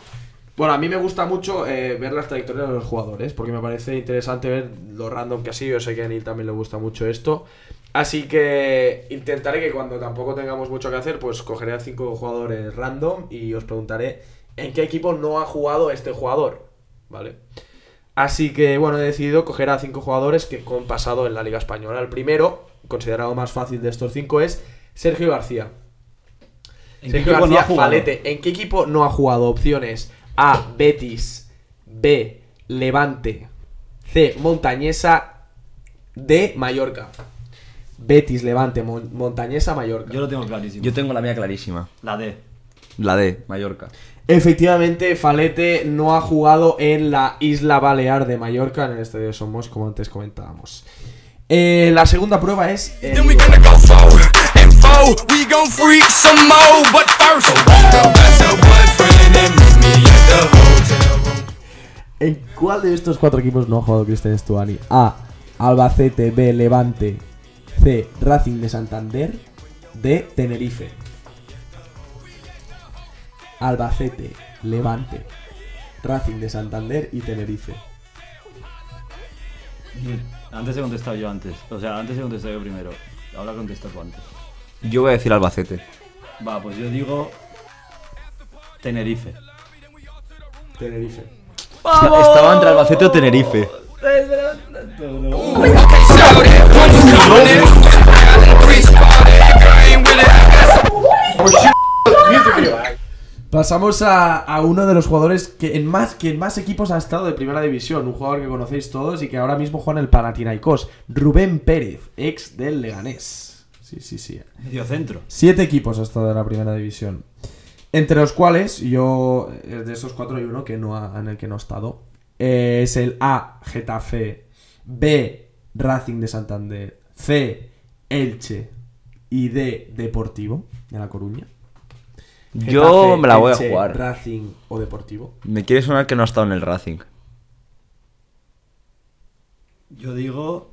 [SPEAKER 5] bueno, a mí me gusta mucho eh, ver las trayectorias de los jugadores porque me parece interesante ver lo random que ha sido. Yo sé que a Neil también le gusta mucho esto. Así que intentaré que cuando tampoco tengamos mucho que hacer, pues cogeré a cinco jugadores random y os preguntaré en qué equipo no ha jugado este jugador. ¿Vale? Así que bueno, he decidido coger a cinco jugadores que han pasado en la Liga Española. El primero, considerado más fácil de estos cinco, es Sergio García. Sergio García Falete. ¿En qué equipo no ha jugado? Opciones A, Betis, B, Levante, C, Montañesa, D, Mallorca. Betis, Levante, Mon- Montañesa, Mallorca.
[SPEAKER 2] Yo lo tengo clarísimo.
[SPEAKER 3] Yo tengo la mía clarísima.
[SPEAKER 2] La D.
[SPEAKER 3] La de Mallorca.
[SPEAKER 5] Efectivamente, Falete no ha jugado en la isla Balear de Mallorca, en el Estadio Somos, como antes comentábamos. Eh, la segunda prueba es... eh,
[SPEAKER 6] Then we gonna go forward and forward. We gon' freak some more, but first, so go back to boyfriend and meet me at the hotel room.
[SPEAKER 4] ¿En cuál de estos cuatro equipos no ha jugado Cristian Stuani? A. Albacete, B. Levante, C. Racing de Santander, D. Tenerife. Albacete, Levante, Racing de Santander y Tenerife.
[SPEAKER 2] Antes he contestado yo antes. O sea, antes he contestado yo primero. Ahora contestas tú antes.
[SPEAKER 3] Yo voy a decir Albacete.
[SPEAKER 2] Va, pues yo digo Tenerife.
[SPEAKER 4] Tenerife.
[SPEAKER 3] Estaba entre Albacete o Tenerife.
[SPEAKER 4] Pasamos a, a uno de los jugadores que en, más, que en más equipos ha estado de primera división. Un jugador que conocéis todos y que ahora mismo juega en el Panathinaikos. Rubén Pérez, ex del Leganés. Sí, sí, sí.
[SPEAKER 2] Medio centro.
[SPEAKER 4] Siete equipos ha estado en la primera división. Entre los cuales, yo, eh, de esos cuatro hay uno que no ha- en el que no ha estado. Eh, es el A, Getafe, B, Racing de Santander, C, Elche y D, Deportivo de La Coruña.
[SPEAKER 3] Yo
[SPEAKER 4] Getafe,
[SPEAKER 3] me la voy a
[SPEAKER 4] Elche,
[SPEAKER 3] jugar.
[SPEAKER 4] Racing o Deportivo.
[SPEAKER 3] Me quiere sonar que no ha estado en el Racing.
[SPEAKER 2] Yo digo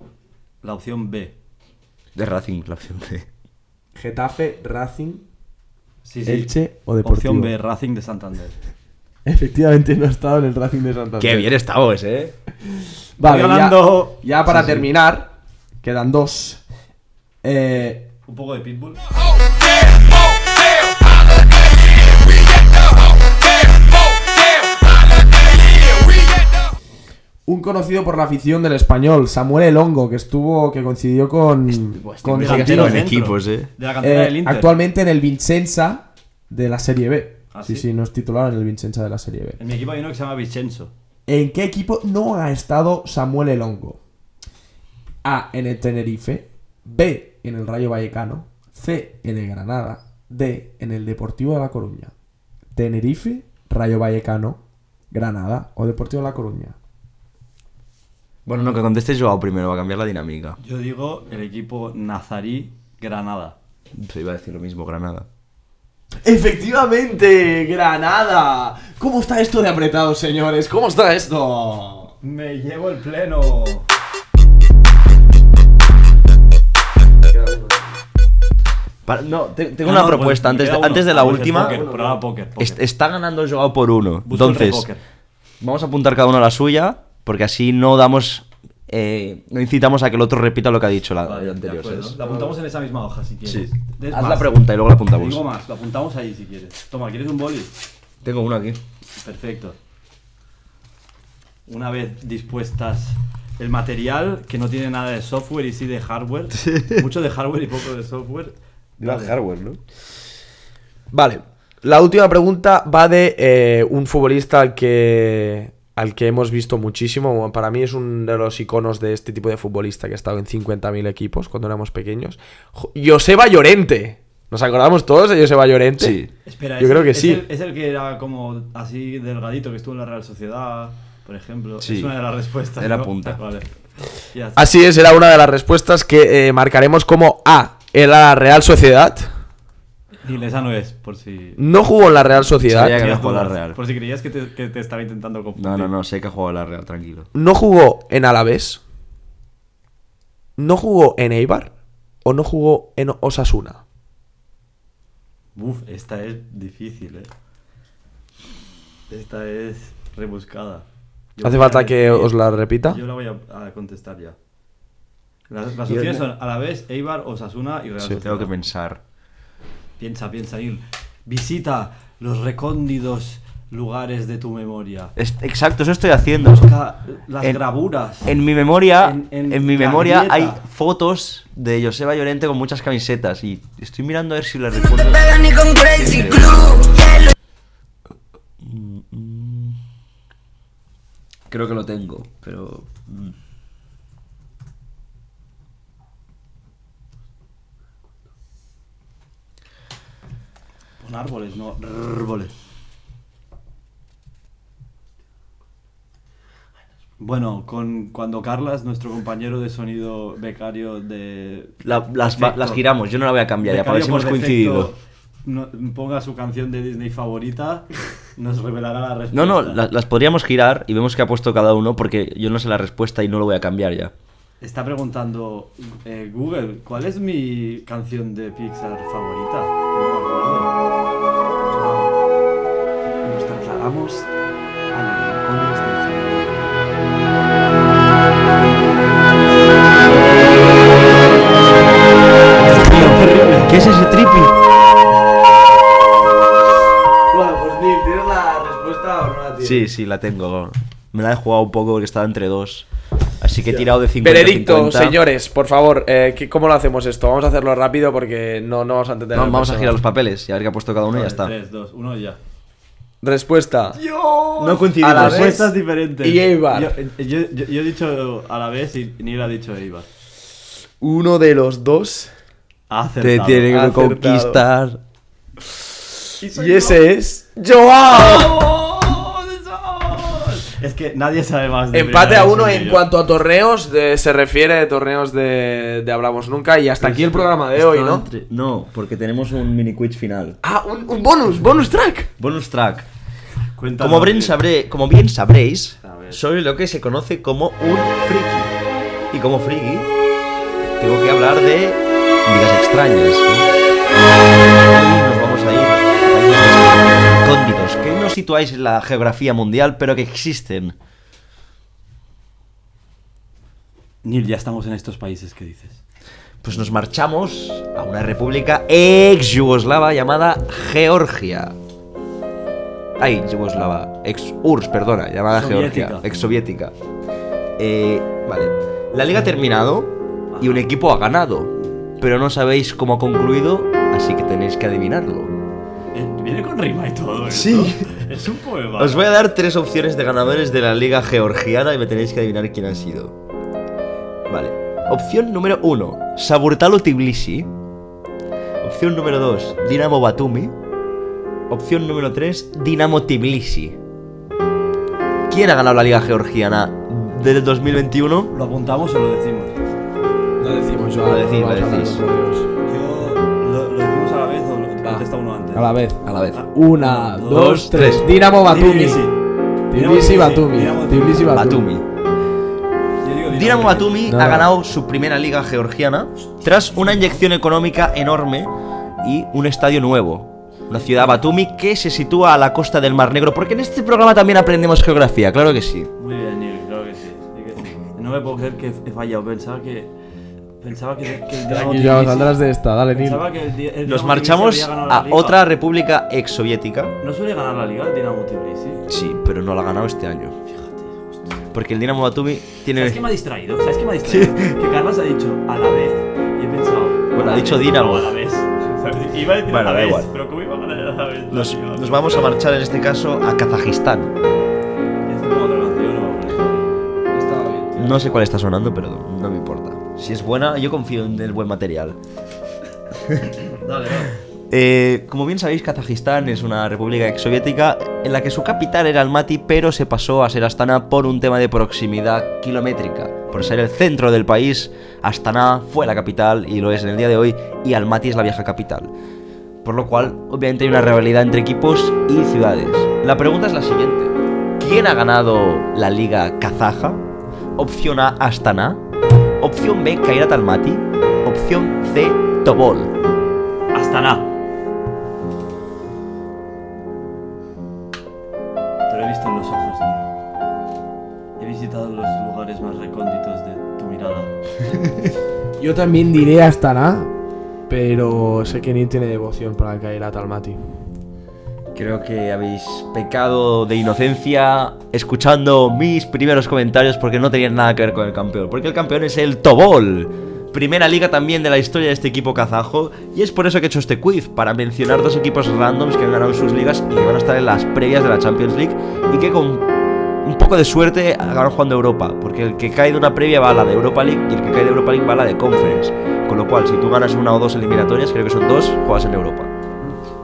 [SPEAKER 2] la opción B.
[SPEAKER 3] De Racing, la opción B.
[SPEAKER 4] Getafe, Racing. [LAUGHS]
[SPEAKER 2] Sí,
[SPEAKER 4] Elche o
[SPEAKER 2] Opción
[SPEAKER 4] Deportivo.
[SPEAKER 2] B, Racing de Santander.
[SPEAKER 4] Efectivamente no ha estado en el Racing de Santander.
[SPEAKER 3] Qué bien estamos, eh.
[SPEAKER 4] Vale,
[SPEAKER 2] Estoy
[SPEAKER 4] ya,
[SPEAKER 2] hablando-
[SPEAKER 4] ya para terminar, quedan dos. Eh,
[SPEAKER 2] Un poco de pitbull.
[SPEAKER 4] Un conocido por la afición del español, Samuel El Hongo, que estuvo, que coincidió con, eh,
[SPEAKER 3] Pues
[SPEAKER 4] con
[SPEAKER 3] investigando
[SPEAKER 4] Santino.
[SPEAKER 3] en equipos, eh.
[SPEAKER 2] De la cantera
[SPEAKER 4] Eh,
[SPEAKER 2] del Inter.
[SPEAKER 4] actualmente en el Vincenza de la Serie B.
[SPEAKER 2] ¿Ah,
[SPEAKER 4] sí,
[SPEAKER 2] sí?
[SPEAKER 4] sí, no es titular en el Vincenza de la Serie B.
[SPEAKER 2] En mi equipo hay uno que se llama Vicenzo.
[SPEAKER 4] ¿En qué equipo no ha estado Samuel El Hongo? A. En el Tenerife. B. En el Rayo Vallecano. C. En el Granada. D. En el Deportivo de La Coruña. Tenerife, Rayo Vallecano, Granada o Deportivo de La Coruña.
[SPEAKER 3] Bueno, no, que conteste Joao primero, va a cambiar la dinámica.
[SPEAKER 2] Yo digo el equipo Nazarí Granada.
[SPEAKER 3] Se iba a decir lo mismo, Granada.
[SPEAKER 4] Efectivamente, Granada. ¿Cómo está esto de apretado, señores? ¿Cómo está esto?
[SPEAKER 2] Me llevo el pleno.
[SPEAKER 3] Pa- no, te- tengo
[SPEAKER 2] pues,
[SPEAKER 3] una propuesta antes, de- antes
[SPEAKER 2] Ah,
[SPEAKER 3] de la última. Este- Est- está ganando Joao por uno. Entonces, vamos a apuntar cada uno a la suya, porque así no damos. eh, no incitamos a que el otro repita lo que ha dicho la, el anterior. ¿sabes?
[SPEAKER 2] La apuntamos en esa misma hoja si quieres.
[SPEAKER 3] Sí.
[SPEAKER 2] Es
[SPEAKER 3] Haz
[SPEAKER 2] más,
[SPEAKER 3] la pregunta y luego la
[SPEAKER 2] te
[SPEAKER 3] apuntamos.
[SPEAKER 2] digo más, lo apuntamos ahí si quieres. Toma, ¿quieres un boli?
[SPEAKER 3] Tengo uno aquí.
[SPEAKER 2] Perfecto. Una vez dispuestas el material, que no tiene nada de software y sí de hardware. Mucho de hardware y poco de software. Vale.
[SPEAKER 3] hardware, ¿no?
[SPEAKER 5] Vale. La última pregunta va de eh, un futbolista al que, al que hemos visto muchísimo. Para mí es uno de los iconos de este tipo de futbolista que ha estado en 50.000 equipos cuando éramos pequeños. Jo- Joseba Llorente. ¿Nos acordamos todos de Joseba Llorente?
[SPEAKER 3] Sí.
[SPEAKER 2] Espera,
[SPEAKER 5] Yo
[SPEAKER 2] es-
[SPEAKER 5] creo que
[SPEAKER 2] es
[SPEAKER 5] sí.
[SPEAKER 2] el- es el que era como así delgadito que estuvo en la Real Sociedad, por ejemplo.
[SPEAKER 3] Sí.
[SPEAKER 2] Es una de las respuestas.
[SPEAKER 3] Era
[SPEAKER 2] ¿no?
[SPEAKER 3] punta.
[SPEAKER 2] [LAUGHS]
[SPEAKER 3] Ah.
[SPEAKER 2] Vale. Ya está.
[SPEAKER 5] Así es, era una de las respuestas que eh, marcaremos como A. Era la Real Sociedad.
[SPEAKER 2] Y esa no es, por si.
[SPEAKER 5] No jugó en la Real Sociedad.
[SPEAKER 3] Sabía que
[SPEAKER 2] si
[SPEAKER 3] no
[SPEAKER 2] has
[SPEAKER 3] jugó a la
[SPEAKER 2] dudado,
[SPEAKER 3] Real.
[SPEAKER 2] Por si creías que te, que te estaba intentando confundir.
[SPEAKER 3] No, no, no, sé que ha jugado a la Real, tranquilo.
[SPEAKER 5] no jugó en Alavés, no jugó en Eibar o no jugó en Osasuna.
[SPEAKER 2] Uf, esta es difícil, eh. Esta es rebuscada. Yo
[SPEAKER 5] ¿Hace
[SPEAKER 2] voy a
[SPEAKER 5] falta que
[SPEAKER 2] decir-
[SPEAKER 5] os la repita?
[SPEAKER 2] Yo la voy a, a contestar ya. Las, las opciones son a la vez Eibar, Osasuna y Real Sociedad.
[SPEAKER 3] Tengo que pensar.
[SPEAKER 2] Piensa, piensa, Ir. Visita los recóndidos lugares de tu memoria.
[SPEAKER 3] Es- exacto, eso estoy haciendo.
[SPEAKER 2] Busca las
[SPEAKER 3] En-
[SPEAKER 2] gravuras.
[SPEAKER 3] En mi memoria,
[SPEAKER 2] En-
[SPEAKER 3] en,
[SPEAKER 2] en
[SPEAKER 3] mi
[SPEAKER 2] la
[SPEAKER 3] memoria
[SPEAKER 2] grieta.
[SPEAKER 3] hay fotos de Joseba Llorente con muchas camisetas y estoy mirando a ver si las recuerdo. Creo que lo tengo, pero mm,
[SPEAKER 2] Con árboles, no, árboles. Bueno, con cuando Carlas, nuestro compañero de sonido becario de
[SPEAKER 3] la- las, va-
[SPEAKER 2] Defecto.
[SPEAKER 3] las giramos. Yo no la voy a cambiar ya para ver si
[SPEAKER 2] Becario
[SPEAKER 3] hemos
[SPEAKER 2] por defecto,
[SPEAKER 3] coincidido.
[SPEAKER 2] no- ponga su canción de Disney favorita, nos revelará la respuesta.
[SPEAKER 3] No, no, la- las podríamos girar y vemos que ha puesto cada uno porque yo no sé la respuesta y no lo voy a cambiar ya.
[SPEAKER 2] Está preguntando eh, Google, ¿cuál es mi canción de Pixar favorita? Que no me acuerdo.
[SPEAKER 4] Nos trasladamos a los rincones del
[SPEAKER 3] ¿Qué es ese tripi?
[SPEAKER 7] Bueno, pues Neil, ¿tienes la respuesta o no la tienes?
[SPEAKER 3] Sí, sí, la tengo. Me la he jugado un poco porque estaba entre dos. Así que he tirado de 50.
[SPEAKER 5] Veredicto,
[SPEAKER 3] 50.
[SPEAKER 5] señores, por favor, eh, ¿qué- ¿cómo lo hacemos esto? Vamos a hacerlo rápido porque no, no vamos a entender.
[SPEAKER 3] No,
[SPEAKER 5] el
[SPEAKER 3] vamos a
[SPEAKER 5] personaje.
[SPEAKER 3] girar los papeles y a ver qué ha puesto cada uno y ya está.
[SPEAKER 2] 3, 2, 1 y ya.
[SPEAKER 5] Respuesta.
[SPEAKER 3] No coincidimos.
[SPEAKER 5] A la vez.
[SPEAKER 2] Respuestas ¿eh? diferentes.
[SPEAKER 5] y Eibar.
[SPEAKER 2] Yo, yo- yo- yo he dicho a la vez y ni él ha dicho Eibar.
[SPEAKER 5] Uno de los dos.
[SPEAKER 2] Ha
[SPEAKER 3] Te
[SPEAKER 2] acertado.
[SPEAKER 3] tienen que
[SPEAKER 5] Acertado.
[SPEAKER 3] conquistar.
[SPEAKER 5] Y ese es. ¡Joao!
[SPEAKER 2] ¡Oh, Es que nadie sabe más de
[SPEAKER 5] Empate
[SPEAKER 2] primera
[SPEAKER 5] a uno
[SPEAKER 2] división que
[SPEAKER 5] en
[SPEAKER 2] yo.
[SPEAKER 5] cuanto a torneos. de- se refiere a torneos de, de Hablamos Nunca. Y hasta aquí el programa de hoy,
[SPEAKER 3] Está
[SPEAKER 5] ¿no?
[SPEAKER 3] entre- No, porque tenemos un mini quiz final.
[SPEAKER 5] Ah, un, un bonus, bonus track.
[SPEAKER 3] Bonus track.
[SPEAKER 2] Cuéntanos, eh,
[SPEAKER 3] Como bien,
[SPEAKER 2] tío.
[SPEAKER 3] sabré, como bien sabréis,
[SPEAKER 2] A ver.
[SPEAKER 3] soy lo que se conoce como un friki. Y como friki, tengo que hablar de ligas extrañas. ¿no? Y nos vamos a ir a países recónditos, que no situáis en la geografía mundial, pero que existen.
[SPEAKER 2] Neil, ya estamos en estos países que dices.
[SPEAKER 3] Pues nos marchamos a una república ex yugoslava llamada Georgia. Ay, yugoslava, ex URSS, perdona, llamada
[SPEAKER 2] Soviética.
[SPEAKER 3] Georgia, ex soviética. Eh, vale, la liga ha terminado y un equipo ha ganado, pero no sabéis cómo ha concluido, así que tenéis que adivinarlo.
[SPEAKER 2] Eh, Viene con rima y todo. esto.
[SPEAKER 3] Sí.
[SPEAKER 2] Es un poema.
[SPEAKER 3] Os voy a dar tres opciones de ganadores de la liga georgiana y me tenéis que adivinar quién ha sido. Vale, opción número uno, Saburtalo Tbilisi. Opción número 2, Dinamo Batumi. Opción número 3, Dinamo Tbilisi. ¿Quién ha ganado la Liga Georgiana del 2021?
[SPEAKER 2] ¿Lo apuntamos o lo decimos?
[SPEAKER 5] Lo decimos,
[SPEAKER 3] Joao. Lo decís, lo Vamos a decís. hacer
[SPEAKER 2] Yo, ¿lo, lo decimos a la vez o lo
[SPEAKER 5] Ah.
[SPEAKER 2] contesta uno antes?
[SPEAKER 4] A la vez.
[SPEAKER 3] A la vez.
[SPEAKER 4] Una,
[SPEAKER 2] Dos,
[SPEAKER 4] dos,
[SPEAKER 3] tres.
[SPEAKER 4] tres. Dinamo Batumi.
[SPEAKER 2] Tbilisi.
[SPEAKER 4] Tbilisi Batumi.
[SPEAKER 2] Dinamo
[SPEAKER 4] Tbilisi Batumi.
[SPEAKER 3] Batumi.
[SPEAKER 2] Yo digo
[SPEAKER 3] Dinamo Batumi
[SPEAKER 4] No,
[SPEAKER 3] ha
[SPEAKER 4] no.
[SPEAKER 3] ganado su primera Liga Georgiana tras una inyección económica enorme y un estadio nuevo. Una ciudad Batumi que se sitúa a la costa del Mar Negro, porque en este programa también aprendemos geografía, claro que sí.
[SPEAKER 2] Muy bien, Neil, claro que sí. sí que sí. No me puedo creer que he fallado. Pensaba que. Pensaba que, que el Dinamo
[SPEAKER 4] Tranquilo,
[SPEAKER 2] Tbilisi-
[SPEAKER 4] saldrás de esta, dale, Neil.
[SPEAKER 2] Pensaba que el, di- el
[SPEAKER 3] Nos
[SPEAKER 2] Dinamo
[SPEAKER 3] marchamos
[SPEAKER 2] Tbilisi había ganado la
[SPEAKER 3] a
[SPEAKER 2] liga.
[SPEAKER 3] otra república exsoviética.
[SPEAKER 2] No suele ganar la liga el Dinamo Tbilisi.
[SPEAKER 3] Sí, pero no la ha ganado este año. Porque el Dinamo Batumi tiene.
[SPEAKER 2] ¿Sabes qué me ha distraído? ¿Sabes qué me ha distraído? Que Carlos ha dicho a la vez y he pensado.
[SPEAKER 3] Bueno,
[SPEAKER 2] a la
[SPEAKER 3] ha dicho
[SPEAKER 2] vez,
[SPEAKER 3] Dinamo.
[SPEAKER 2] o A la vez. ¿Sabes? Iba a decir
[SPEAKER 3] Bueno,
[SPEAKER 2] a
[SPEAKER 3] da
[SPEAKER 2] la
[SPEAKER 3] igual.
[SPEAKER 2] vez, pero ¿cómo iba a ganar a la vez?
[SPEAKER 3] Nos, nos vamos a marchar en este caso a Kazajistán.
[SPEAKER 2] Es como otra canción, no me acuerdo.
[SPEAKER 3] No sé cuál está sonando, pero no me importa. Si es buena, yo confío en el buen material.
[SPEAKER 2] Dale, dale.
[SPEAKER 3] Eh, como bien sabéis, Kazajistán es una república exsoviética en la que su capital era Almaty, pero se pasó a ser Astana por un tema de proximidad kilométrica. Por ser el centro del país, Astana fue la capital y lo es en el día de hoy, y Almaty es la vieja capital. Por lo cual, obviamente hay una rivalidad entre equipos y ciudades. La pregunta es la siguiente. ¿Quién ha ganado la liga kazaja? Opción A, Astana. Opción B, Kairat Almaty. Opción C, Tobol.
[SPEAKER 2] Hasta nada. Te lo he visto en los ojos, Nino. He visitado los lugares más recónditos de tu mirada.
[SPEAKER 4] Yo también diré hasta nada, pero sé que Neil tiene devoción para caer a Talmati.
[SPEAKER 3] Creo que habéis pecado de inocencia escuchando mis primeros comentarios porque no tenían nada que ver con el campeón. Porque el campeón es el Tobol, primera liga también de la historia de este equipo kazajo. Y es por eso que he hecho este quiz, para mencionar dos equipos randoms que han ganado sus ligas y que van a estar en las previas de la Champions League y que con un poco de suerte acabaron jugando Europa. Porque el que cae de una previa va a la de Europa League y el que cae de Europa League va a la de Conference. Con lo cual, si tú ganas una o dos eliminatorias, creo que son dos, juegas en Europa.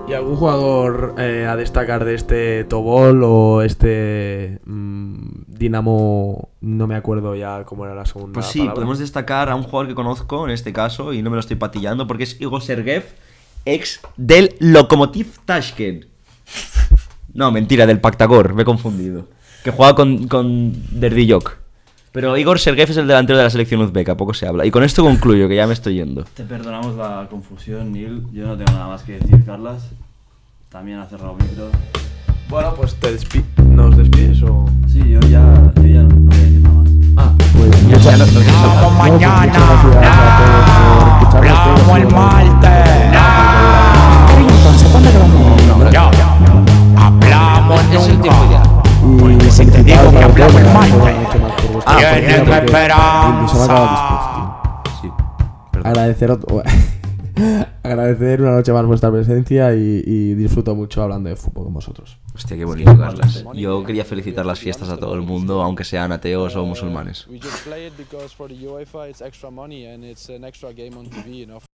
[SPEAKER 4] ¿Y algún jugador eh, a destacar de este Tobol o este mm, Dinamo? No me acuerdo ya cómo era la segunda.
[SPEAKER 3] Pues sí,
[SPEAKER 4] palabra.
[SPEAKER 3] podemos destacar a un jugador que conozco en este caso y no me lo estoy patillando porque es Igor Sergev, ex del Lokomotiv Tashkent. No, mentira, del Pactagor, me he confundido. Que jugaba con, con Derdyok. Pero Igor Sergev es el delantero de la selección uzbeka, poco se habla. Y con esto concluyo, que ya me estoy yendo.
[SPEAKER 2] Te perdonamos la confusión, Neil. Yo no tengo nada más que decir, Carlas. También ha cerrado micro.
[SPEAKER 5] Bueno, pues te despi ¿nos despides o.?
[SPEAKER 2] Sí, yo ya, yo ya no, no voy a decir nada más.
[SPEAKER 1] Vamos mañana, hablamos el martes.
[SPEAKER 4] agradecer, ot- [LAUGHS] agradecer una noche más vuestra presencia y, y disfruto mucho hablando de fútbol con vosotros.
[SPEAKER 3] Hostia, qué bonito, Carlos. Yo quería felicitar las fiestas a todo el mundo, aunque sean ateos o musulmanes.
[SPEAKER 8] We just play it because for the UEFA it's extra money and it's an extra game on TV, you know.